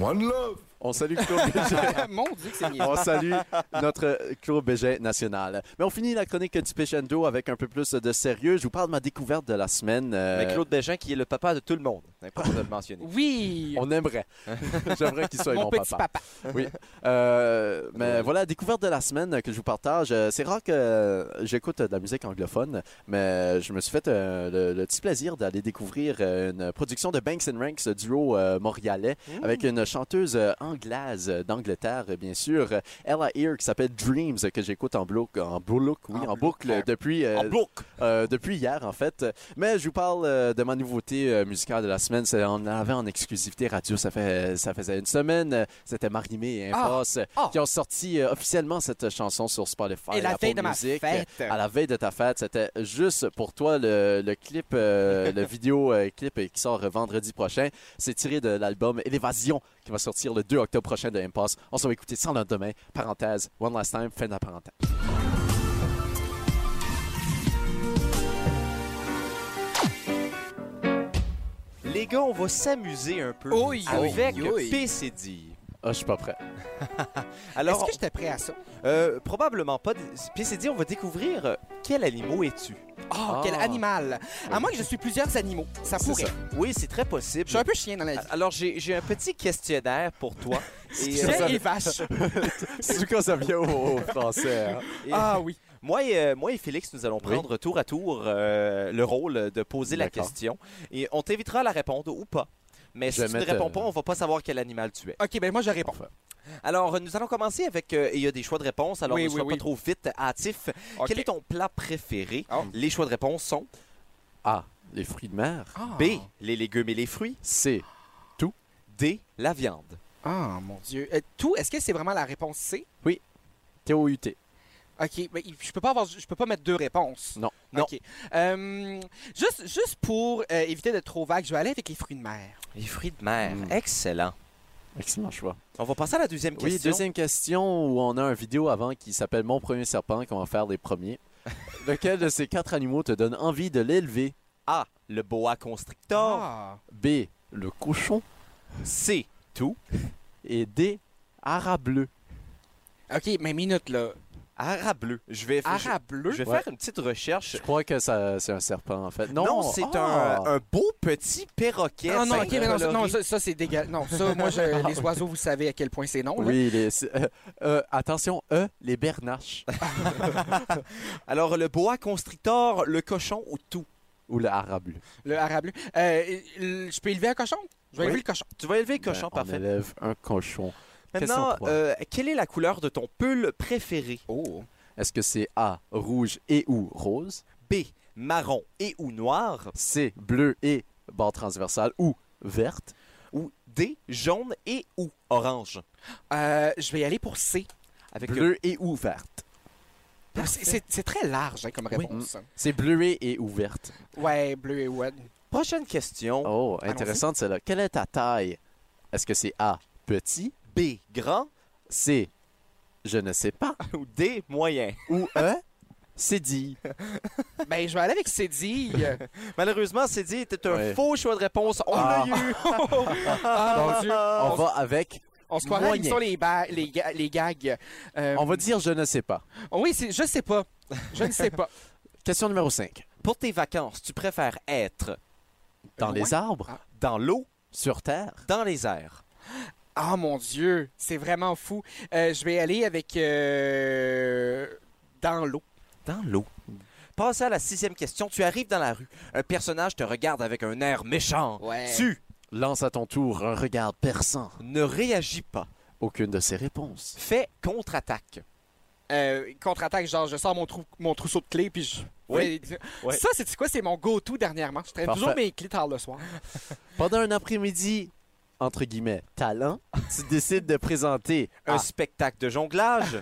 H: One love.
C: On salue Claude Béget.
D: (laughs) Mon Dieu, que c'est niais.
C: On salue notre Claude Béget national. Mais on finit la chronique du Pechendo avec un peu plus de sérieux. Je vous parle de ma découverte de la semaine. euh,
A: Mais Claude Bégin, qui est le papa de tout le monde. Important de le mentionner.
D: Oui,
C: On aimerait. J'aimerais qu'il soit mon,
D: mon petit
C: papa.
D: papa.
C: Oui. Euh, mais voilà, découverte de la semaine que je vous partage. Euh, C'est rare que euh, j'écoute euh, de la musique anglophone, mais je me suis fait euh, le, le petit plaisir d'aller découvrir euh, une production de Banks and Ranks, ce duo euh, montréalais, avec une chanteuse euh, anglaise euh, d'Angleterre, euh, bien sûr, euh, Ella Ear, qui s'appelle Dreams, euh, que j'écoute en bloc, en bloc, oui, (laughs) Ah, en, boucle depuis euh, euh, depuis hier, en fait. Mais je vous parle euh, de ma nouveauté euh, musicale de la semaine. C'est- On l'avait en exclusivité radio, ça, fait, ça faisait une semaine. Euh, C'était Marimé et
D: Ah!
C: Impasse euh,
D: Ah!
C: qui ont sorti euh, officiellement cette chanson sur Spotify.
D: Et la
C: Apple
D: veille de ma
C: Music.
D: fête.
C: À la veille de ta fête, c'était juste pour toi le, le clip,
D: (laughs)
C: euh, le vidéo euh, clip euh, qui sort euh, vendredi prochain. C'est tiré de l'album Élévasion qui va sortir le 2 octobre prochain de Impasse. On s'en va écouter sans lendemain. Parenthèse, one last time, fin de la parenthèse.
A: Les gars, on va s'amuser un peu
D: Oui,
A: avec
D: oui, oui.
A: PCD.
C: Ah, je suis
D: (laughs)
C: pas prêt.
A: Alors,
D: Est-ce que j'étais prêt à ça?
A: euh, probablement pas. de- PCD, on va découvrir euh, quel animal es-tu.
D: Oh,
C: Ah.
D: quel animal! À moins que je suis plusieurs animaux. Ça pourrait.
A: Oui, c'est très possible.
D: Je suis un peu chien dans la vie.
C: Ah.
A: Alors, j'ai j'ai un petit questionnaire pour toi. Et, euh,
D: Chien et
C: (laughs)
D: vache.
C: C'est quand ça vient au, au français. hein.
A: et-
D: Ah oui.
A: Moi et, euh, moi et Félix, nous allons prendre tour à tour euh, le rôle de poser la
C: D'accord.
A: question. Et on t'invitera à la répondre ou pas. Mais
C: Je
A: si
C: vais
A: tu ne
C: mettre,
A: réponds
C: euh,
A: pas, on va pas savoir quel animal tu es.
D: OK, ben moi, je réponds.
A: Alors, euh, nous allons commencer avec... euh, et Il y a des choix de réponse, alors
D: Oui,
A: ne
D: oui,
A: sois
D: oui.
A: pas trop vite hâtif.
D: OK.
A: Quel est ton plat préféré?
D: Oh.
A: Les choix de réponse sont
C: Ah, les fruits de mer.
D: Ah.
A: B, les légumes et les fruits.
C: C'est
A: D, la viande.
D: Ah, mon Dieu. Euh, tout, est-ce que c'est vraiment la réponse C?
C: T-O-U-T.
D: OK, mais il- je peux pas avoir, je peux pas mettre deux réponses.
C: Non.
A: Non.
D: OK. Euh, juste, juste pour euh, éviter d'être trop vague, je vais aller avec les fruits de mer.
A: Les fruits de mer.
C: Mm.
A: Hmm. Excellent.
C: Excellent choix.
A: On va passer à la deuxième question.
C: Oui, deuxième question où on a un vidéo avant qui s'appelle Mon premier serpent, qu'on va faire les premiers.
A: (laughs)
C: Lequel de ces quatre animaux te donne envie de l'élever
A: A, le boa constrictor.
D: Ah.
C: B, le cochon.
A: C, tout.
C: Et D, arabe bleu.
D: OK, mais minute, là.
A: Ara bleu. Je vais, je-
D: Arabe bleu?
A: je vais
C: Ouais.
A: faire une petite recherche.
C: Je crois que ça, c'est un serpent, en fait. Non,
A: Non, c'est
C: Ah!
A: un, un beau petit perroquet.
D: Ah non,
A: fin
D: OK, mais non, ça,
A: coloré. Ah,
D: non, ça, ça, c'est dégueulasse. Non, ça,
A: (laughs)
D: moi, je- les oiseaux, vous savez à quel point c'est non. là.
C: Oui, les, c'est- euh, euh, attention, E, les bernaches.
A: Alors, le boa constrictor, le cochon ou tout?
C: ou le arabe bleu.
D: Le arabe bleu. Euh, le- je peux élever un cochon? Je vais
A: Oui.
D: élever le cochon.
A: Tu vas élever le cochon,
C: Ben, On
A: parfait.
C: élève un cochon.
A: Maintenant,
C: Question trois.
A: euh, quelle est la couleur de ton pull préféré?
D: Oh.
C: Est-ce que c'est A, rouge et ou rose?
A: B, marron et ou noir?
C: C, bleu et barre transversale ou verte.
A: Ou D, jaune et ou orange?
D: Euh, je vais y aller pour C.
A: Avec le-
C: Bleu et ou verte.
D: C'est- C'est c'est très large hein, comme réponse.
C: C'est bleué et ou verte.
D: Ouais, bleu et ouais.
A: Prochaine question.
C: Oh, intéressante celle-là. Quelle est ta taille? Est-ce que c'est A, petit?
A: B, grand (laughs)
C: C, je ne sais pas.
A: ou D, moyen?
C: Ou E, c'est dit.
D: Ben, je vais aller avec Cédille.
A: Malheureusement, c'est dit, c'était un
C: Ouais.
A: faux choix de réponse. On
C: (laughs) Ah.
A: l'a eu!
D: ah,
A: (laughs)
D: mon Dieu.
C: On
A: Oh,
D: On,
C: va avec,
D: on se croirait à
C: Moyen.
D: l'émission les, ba- les, ga- les gags. Euh,
C: on va dire je ne sais pas.
D: Oui, c'est- je sais pas. Je ne sais pas.
C: Question numéro 5.
A: Pour tes vacances, tu préfères être
C: Dans
D: Loin.
C: les arbres,
D: Ah.
A: dans l'eau,
C: sur terre,
A: dans les airs?
D: Ah, mon Dieu. C'est vraiment fou. Euh, je vais aller avec... euh, Dans l'eau.
A: Dans l'eau. Passez à la sixième question. Tu arrives dans la rue. Un personnage te regarde avec un air méchant.
D: Ouais.
A: Tu
C: lance à ton tour un regard perçant.
A: ne réagis pas.
C: Aucune de ces réponses.
A: Fais contre-attaque.
D: Euh, Contre-attaque, genre, je sors mon, trou- mon trousseau de clés, puis je...
A: Oui. Oui.
D: Ça, c'est quoi? C'est mon go-to dernièrement. Je traîne
C: Parfait.
D: toujours mes clés tard le soir.
C: Pendant un après-midi, entre guillemets, talent, tu
A: Ah.
C: décides de présenter
A: Un (laughs)
C: un
A: spectacle de jonglage.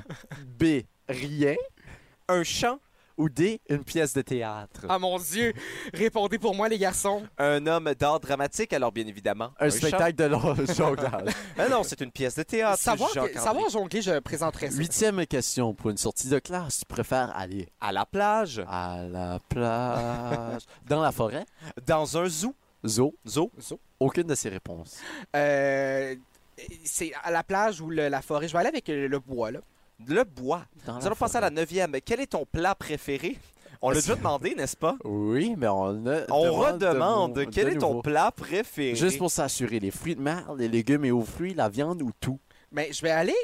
C: B, rien, un chant ou D, une pièce de théâtre?
D: Ah mon Dieu! Répondez pour moi, les garçons.
A: Un homme d'art dramatique, alors bien évidemment.
C: Un,
A: chant.
C: spectacle de long-
A: (laughs)
C: jonglage.
A: Ah non, c'est une pièce de théâtre.
D: savoir,
A: Jean
D: que-
A: Candré.
D: savoir jongler, je présenterais ça.
C: Huitième question. Pour une sortie de classe, tu préfères aller
A: À la plage,
C: à la
A: (laughs)
C: plage, dans la forêt,
A: dans un zoo.
C: zoo?
A: Zoo.
C: Aucune de ces réponses.
D: Euh, c'est à la plage ou le- la forêt. Je vais aller avec euh, le bois, là.
A: Le bois.
C: Dans
A: Nous allons passer à la neuvième. Quel est ton plat préféré? On l'a déjà demandé, n'est-ce
C: (laughs)
A: pas?
C: Oui, mais on a...
A: On
C: demande de
A: redemande.
C: nouveau-
A: Quel
C: de
A: est ton
C: nouveau.
A: plat préféré?
C: Juste pour s'assurer, les fruits de mer, les légumes et aux fruits, la viande ou tout.
D: Mais je vais aller.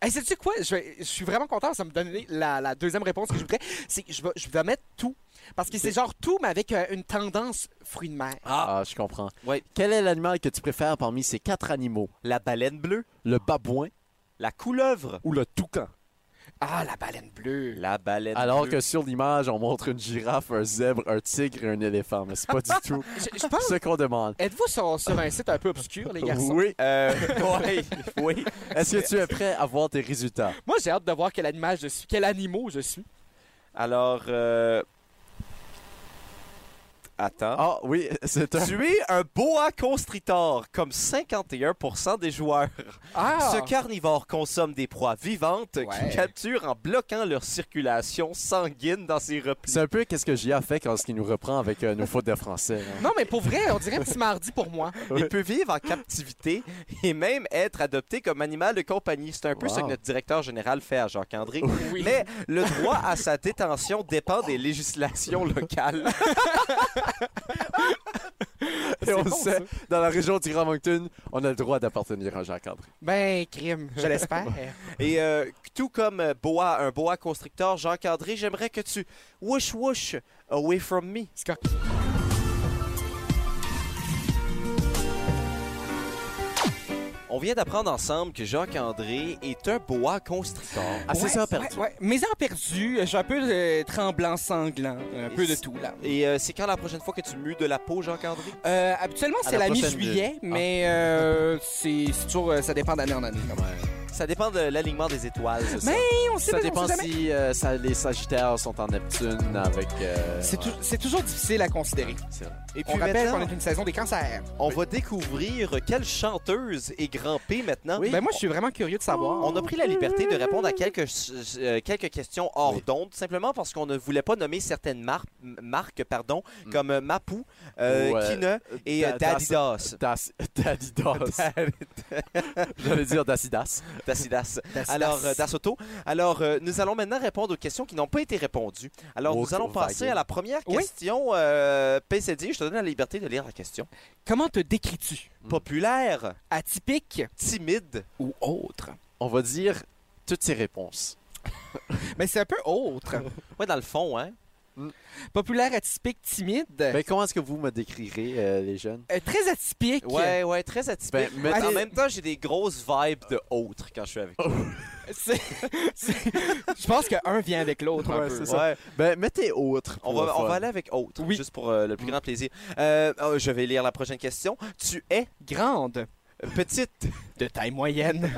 D: Hey, sais-tu quoi? Je, vais- je suis vraiment content, ça me donne la, la deuxième réponse que je voudrais. C'est que je vais, je vais mettre tout. Parce que c'est genre tout, mais avec euh, une tendance fruit de mer.
A: Ah.
C: Ah, je comprends.
A: Ouais.
C: Quel est l'animal que tu préfères parmi ces quatre animaux?
A: La baleine bleue,
C: Le babouin
A: la couleuvre,
C: ou le toucan?
D: Ah, la baleine bleue.
A: la baleine
C: Alors
A: bleue.
C: que sur l'image, on montre une girafe, un zèbre, un tigre et un éléphant. Mais
A: (laughs)
C: c'est pas du tout
D: Je, je pense.
C: ce qu'on demande.
D: Êtes-vous sur, sur un site un peu obscur, les
A: (laughs)
D: garçons?
C: Oui.
A: Euh, oui, oui.
C: Est-ce que tu es prêt à voir tes résultats?
D: Moi, j'ai hâte de voir quel animal je suis, quel animal je suis.
A: Alors, euh... Attends.
C: Ah oui, c'est un...
A: Tu es un boa constrictor, comme 51% des joueurs.
D: Ah!
A: Ce carnivore consomme des proies vivantes
D: Ouais.
A: qu'il capture en bloquant leur circulation sanguine dans ses replis.
C: C'est un peu qu'est-ce que Gia fait quand ce qui nous reprend avec euh, nos fautes de français. hein.
D: Non, mais pour vrai, on dirait un petit mardi pour moi.
A: Il peut vivre en captivité et même être adopté comme animal de compagnie. C'est un peu
C: Wow.
A: ce que notre directeur général fait à Jacques-André.
D: Oui.
A: Mais le droit à sa détention dépend des législations (laughs) locales.
C: (laughs) Et on
D: bon,
C: sait, dans la région du Grand Moncton, on a le droit d'appartenir à Jacques-André.
D: Ben, crime, je l'espère.
A: Et euh, tout comme euh, boa, un boa constrictor, Jacques-André, j'aimerais que tu whoosh whoosh away from me.
D: C'est cor-
A: On vient d'apprendre ensemble que Jacques-André est un boa constrictor.
C: Ah, c'est
D: Ouais,
C: ça, perdu.
D: Ouais, ouais. Mes heures perdues, je suis un peu euh, tremblant, sanglant, un peu de tout, là.
A: Et euh, c'est quand la prochaine fois que tu mues de la peau, Jacques-André?
D: Euh, habituellement, c'est la
C: la prochaine Ah.
D: mi-juillet, mais euh, c'est c'est toujours, euh, ça dépend d'année en année.
A: Ça dépend de l'alignement des étoiles, c'est ça?
D: Mais on sait
C: Ça
D: jamais, on
C: dépend
D: sait jamais.
C: si euh, ça- les Sagittaires sont en Neptune avec. euh,
D: C'est
C: ouais,
D: tou- c'est toujours difficile à considérer.
C: c'est vrai.
A: Et
D: On
A: puis
D: rappelle qu'on
A: maintenant,
D: est une saison des cancers.
A: on va découvrir quelle chanteuse est grand P
C: Ah
A: maintenant.
D: Ben moi, je suis vraiment curieux de savoir.
A: On a pris la liberté de répondre à quelques, euh, quelques questions hors
C: Oui.
A: d'onde, simplement parce qu'on ne voulait pas nommer certaines mar- marques pardon,
D: Hmm.
A: comme euh, Mapu, euh,
C: Ou, euh,
A: Kina et euh,
C: Da-
A: Dadidas.
C: Das- Daddy
A: (laughs)
C: Das. J'allais dire Dacidas.
A: Dasidas.
D: Das-
A: Alors,
D: das.
A: euh, Dasoto. Alors, euh, nous allons maintenant répondre aux questions qui n'ont pas été répondues. Alors,
C: Wow,
A: nous allons
C: wow,
A: passer
C: vague.
A: à la première
D: Oui.
A: question. euh, PCD, je te donne la liberté de lire la question.
D: Comment te décris-tu?
C: Hmm.
A: Populaire,
D: Atypique
A: timide,
D: ou autre?
C: On va dire toutes ces réponses.
D: Mais Ben, c'est un peu
C: (laughs)
D: autre.
A: ouais, dans le fond, hein?
D: Populaire, atypique, timide.
C: Ben, comment est-ce que vous me décrirez, euh, les jeunes?
D: Euh, très atypique.
A: Ouais, ouais, très atypique.
C: Ben,
A: mais en
D: allez-
A: même temps, j'ai des grosses vibes de autre quand je suis
C: Oh,
A: avec toi.
D: (laughs) C'est- c'est- Je pense qu'un vient avec l'autre un
C: Ouais,
D: peu.
C: c'est ça.
A: Ouais.
C: Ben, mettez autre.
A: On
C: pour le
A: va, on
C: fun. Hmm.
A: va aller avec autre,
D: Oui.
A: juste pour euh, le plus grand plaisir. Euh, oh, je vais lire la prochaine question. Tu es
D: Grande,
A: petite.
D: de taille
C: (laughs)
D: moyenne.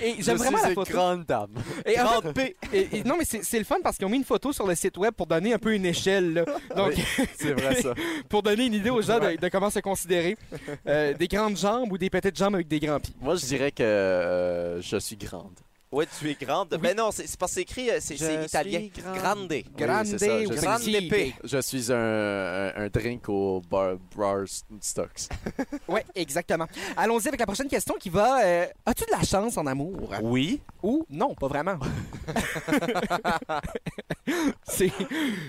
D: et
C: Je
D: j'aime vraiment
C: suis
D: la
C: une
D: photo.
C: grande dame.
D: Et en fait-
A: grande P.
D: et- et non, mais c'est c'est le fun parce qu'ils ont mis une photo sur le site web pour donner un peu une échelle. (laughs) là. Donc,
C: C'est vrai, ça.
D: pour donner une idée aux gens de, de comment se considérer. Euh, des grandes jambes ou des petites jambes avec des grands pieds.
C: Moi, je dirais que euh, je suis grande.
A: (laughs) Ouais, tu es grande. Mais non, c'est c'est parce que c'est écrit, euh, c'est
C: Je
A: c'est italien.
C: suis grande.
A: Grande.
D: Grande
C: c'est ça, je
D: ou
C: sais.
D: grande
A: Grande épée.
C: Je suis un, un- un drink au bar, bar
A: (laughs)
C: Stocks.
D: Oui, exactement. Allons-y avec la prochaine question qui va. euh, As-tu de la chance en amour?
A: Oui.
D: Ou non, pas vraiment. (laughs) C'est-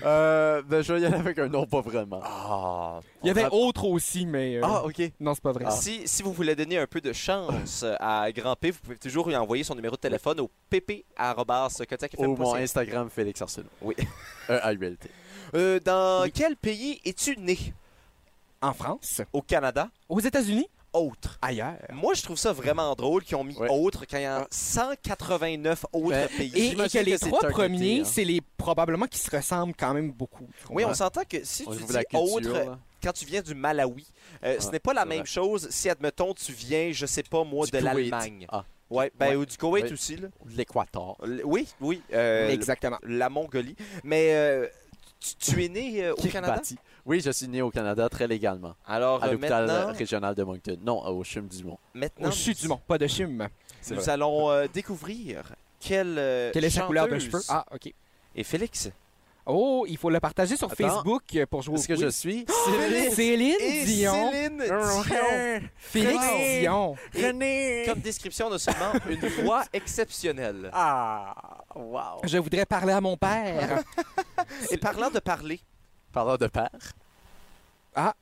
C: Euh, ben, je vais y aller avec un nom pas vraiment.
A: Ah.
D: Il y avait
C: rap-
D: autre aussi, mais. euh,
C: Ah, OK.
D: Non, c'est pas vrai.
A: Si, si vous voulez donner un peu de chance à Grand P, vous pouvez toujours lui envoyer son numéro de téléphone au pp.kotiakfm.ca.
C: Ou mon Instagram, Félix Arsenault.
A: Oui.
C: (laughs) Euh, à ULT.
A: Euh, dans
D: Oui.
A: quel pays es-tu né?
D: Ah. En France,
A: Au Canada?
D: aux États-Unis,
A: Autre.
D: ailleurs.
A: Moi, je trouve ça vraiment drôle qu'ils ont mis
C: Ouais.
A: autre quand il y a 189 autres
C: Ben,
A: pays.
D: Et, et que
C: J'imagine
D: les
C: que c'est
D: trois
C: targeté,
D: premiers,
C: hein.
D: c'est les probablement qui se ressemblent quand même beaucoup.
A: Oui, on
C: Ouais.
A: s'entend que si
C: Au
A: tu
C: niveau
A: dis
C: de la culture,
A: autre,
C: là.
A: quand tu viens du Malawi, euh, ce
C: Ouais,
A: n'est pas la
C: c'est
A: même
C: vrai.
A: chose si, admettons, tu viens, je sais pas moi,
C: Du
A: de
C: Koweït.
A: l'Allemagne.
C: Ah.
A: Ouais, ben,
C: Ouais.
A: ou du Koweït
C: Oui.
A: aussi. Là.
C: L'Équateur.
A: L- Oui, oui. euh,
D: Exactement.
A: La Mongolie. Mais euh, tu, tu es né euh, au Canada?
C: Kiribati. Oui, je suis né au Canada très légalement.
A: Alors
C: À
A: euh,
C: l'hôpital
A: maintenant,
C: régional de Moncton. Non, au CHUM du Mont.
A: maintenant
D: Au chute du mont, pas de
C: Euh,
D: chim.
A: nous allons euh, découvrir quelle, euh,
D: Quelle est sa couleur de cheveux?
A: chanteuse
D: Ah, OK.
A: Et Félix.
D: Oh, il faut le partager sur
C: Attends.
D: Facebook euh, pour jouer au
C: Est-ce que
D: quiz.
A: (gasps)
C: je suis
A: Félix
D: Céline
A: et
D: Dion.
A: Céline Dion.
D: Félix
A: Félix.
D: Dion.
C: René?
A: Comme description, on a seulement une voix exceptionnelle.
C: Ah, wow.
D: Je voudrais parler à mon
C: (laughs)
D: père.
A: Et parlant de parler,
C: Parlant de père.
D: Ah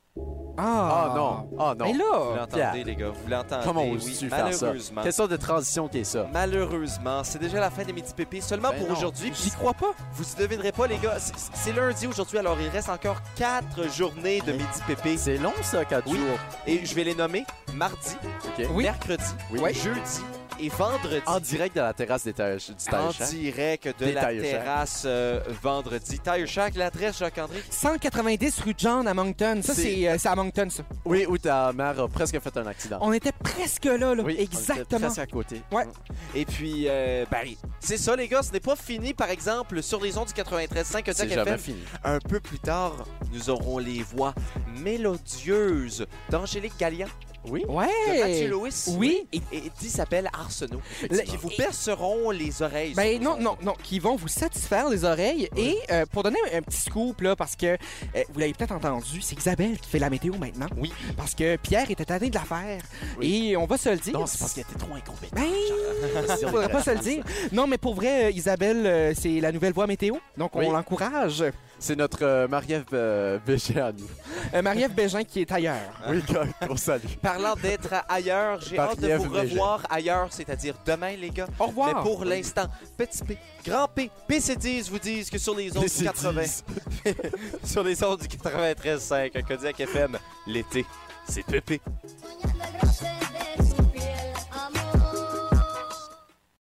C: Ah non, ah non.
D: Mais
A: vous
D: là,
A: l'entendez, les gars, vous l'entendez.
C: Comment
A: ben oui,
C: oses-tu faire ça?
A: malheureusement.
C: Quelle sorte de transition qui est ça?
A: Malheureusement, c'est déjà la fin des Midi Pépé, seulement
C: Ben
A: pour
C: non,
A: aujourd'hui. puis
D: j'y crois pas.
A: Vous ne devinerez pas, les gars, c'est- c'est lundi aujourd'hui, alors il reste encore quatre journées de Midi Pépé.
C: C'est long ça, 4
A: Oui.
C: jours.
A: Et je vais les nommer mardi,
C: OK.
D: Oui.
A: mercredi,
D: Oui.
A: jeudi et vendredi.
C: En direct de la terrasse des terres- du
A: En
C: terre hein?
A: direct de
C: Des
A: la
C: Tire Shack.
A: terrasse euh, vendredi. Tire Shack, l'adresse Jacques-André.
D: 190 rue John à Moncton. Ça,
A: C'est-
D: c'est euh, c'est à Moncton, ça.
C: Oui, où ta mère a presque fait un accident.
D: On était presque là, là.
C: Oui, on était
D: Exactement.
C: presque à côté.
D: Ouais.
A: Et puis, euh, ben, c'est ça, les gars. Ce n'est pas fini, par exemple, sur les ondes du 93.5
C: C'est
A: Kodak
C: jamais
A: FM.
C: fini.
A: Un peu plus tard, nous aurons les voix mélodieuses d'Angélique Gallian, de Mathieu
D: Ouais.
A: Lewis
D: Oui. Et-
A: et d'Isabelle Arsenault, qui
C: effectivement.
A: vous perceront les oreilles.
D: Ben
A: sur
D: non,
A: les
D: non, non, qui vont vous satisfaire les oreilles. Et euh, pour donner un, un petit scoop, là, parce que euh, vous l'avez peut-être entendu, c'est Isabelle qui fait la météo maintenant.
A: Oui.
D: Parce que Pierre était tanné de la faire. Et on va se le dire.
C: Non, c'est parce qu'elle était trop incompétente.
D: Ben, faudrait pas se le dire. Non, mais pour vrai, euh, Isabelle, euh, c'est la nouvelle voix météo. Donc, on
C: Oui.
D: l'encourage.
C: C'est notre euh, Marie-Ève euh, Béger à nous.
D: Euh, Marie-Ève Bégin qui est
A: Hein?
D: ailleurs.
C: Oui, on salue.
A: Parlant d'être ailleurs, j'ai hâte de vous
C: Marie-Ève
A: revoir ailleurs, c'est-à-dire demain, les gars.
D: Au revoir.
A: Mais pour l'instant, petit P, grand P, PC10 vous disent que sur les ondes du 80, sur les ondes du 93.5, à Kodiak FM, l'été, c'est pépé.
H: Sonia le grand chef.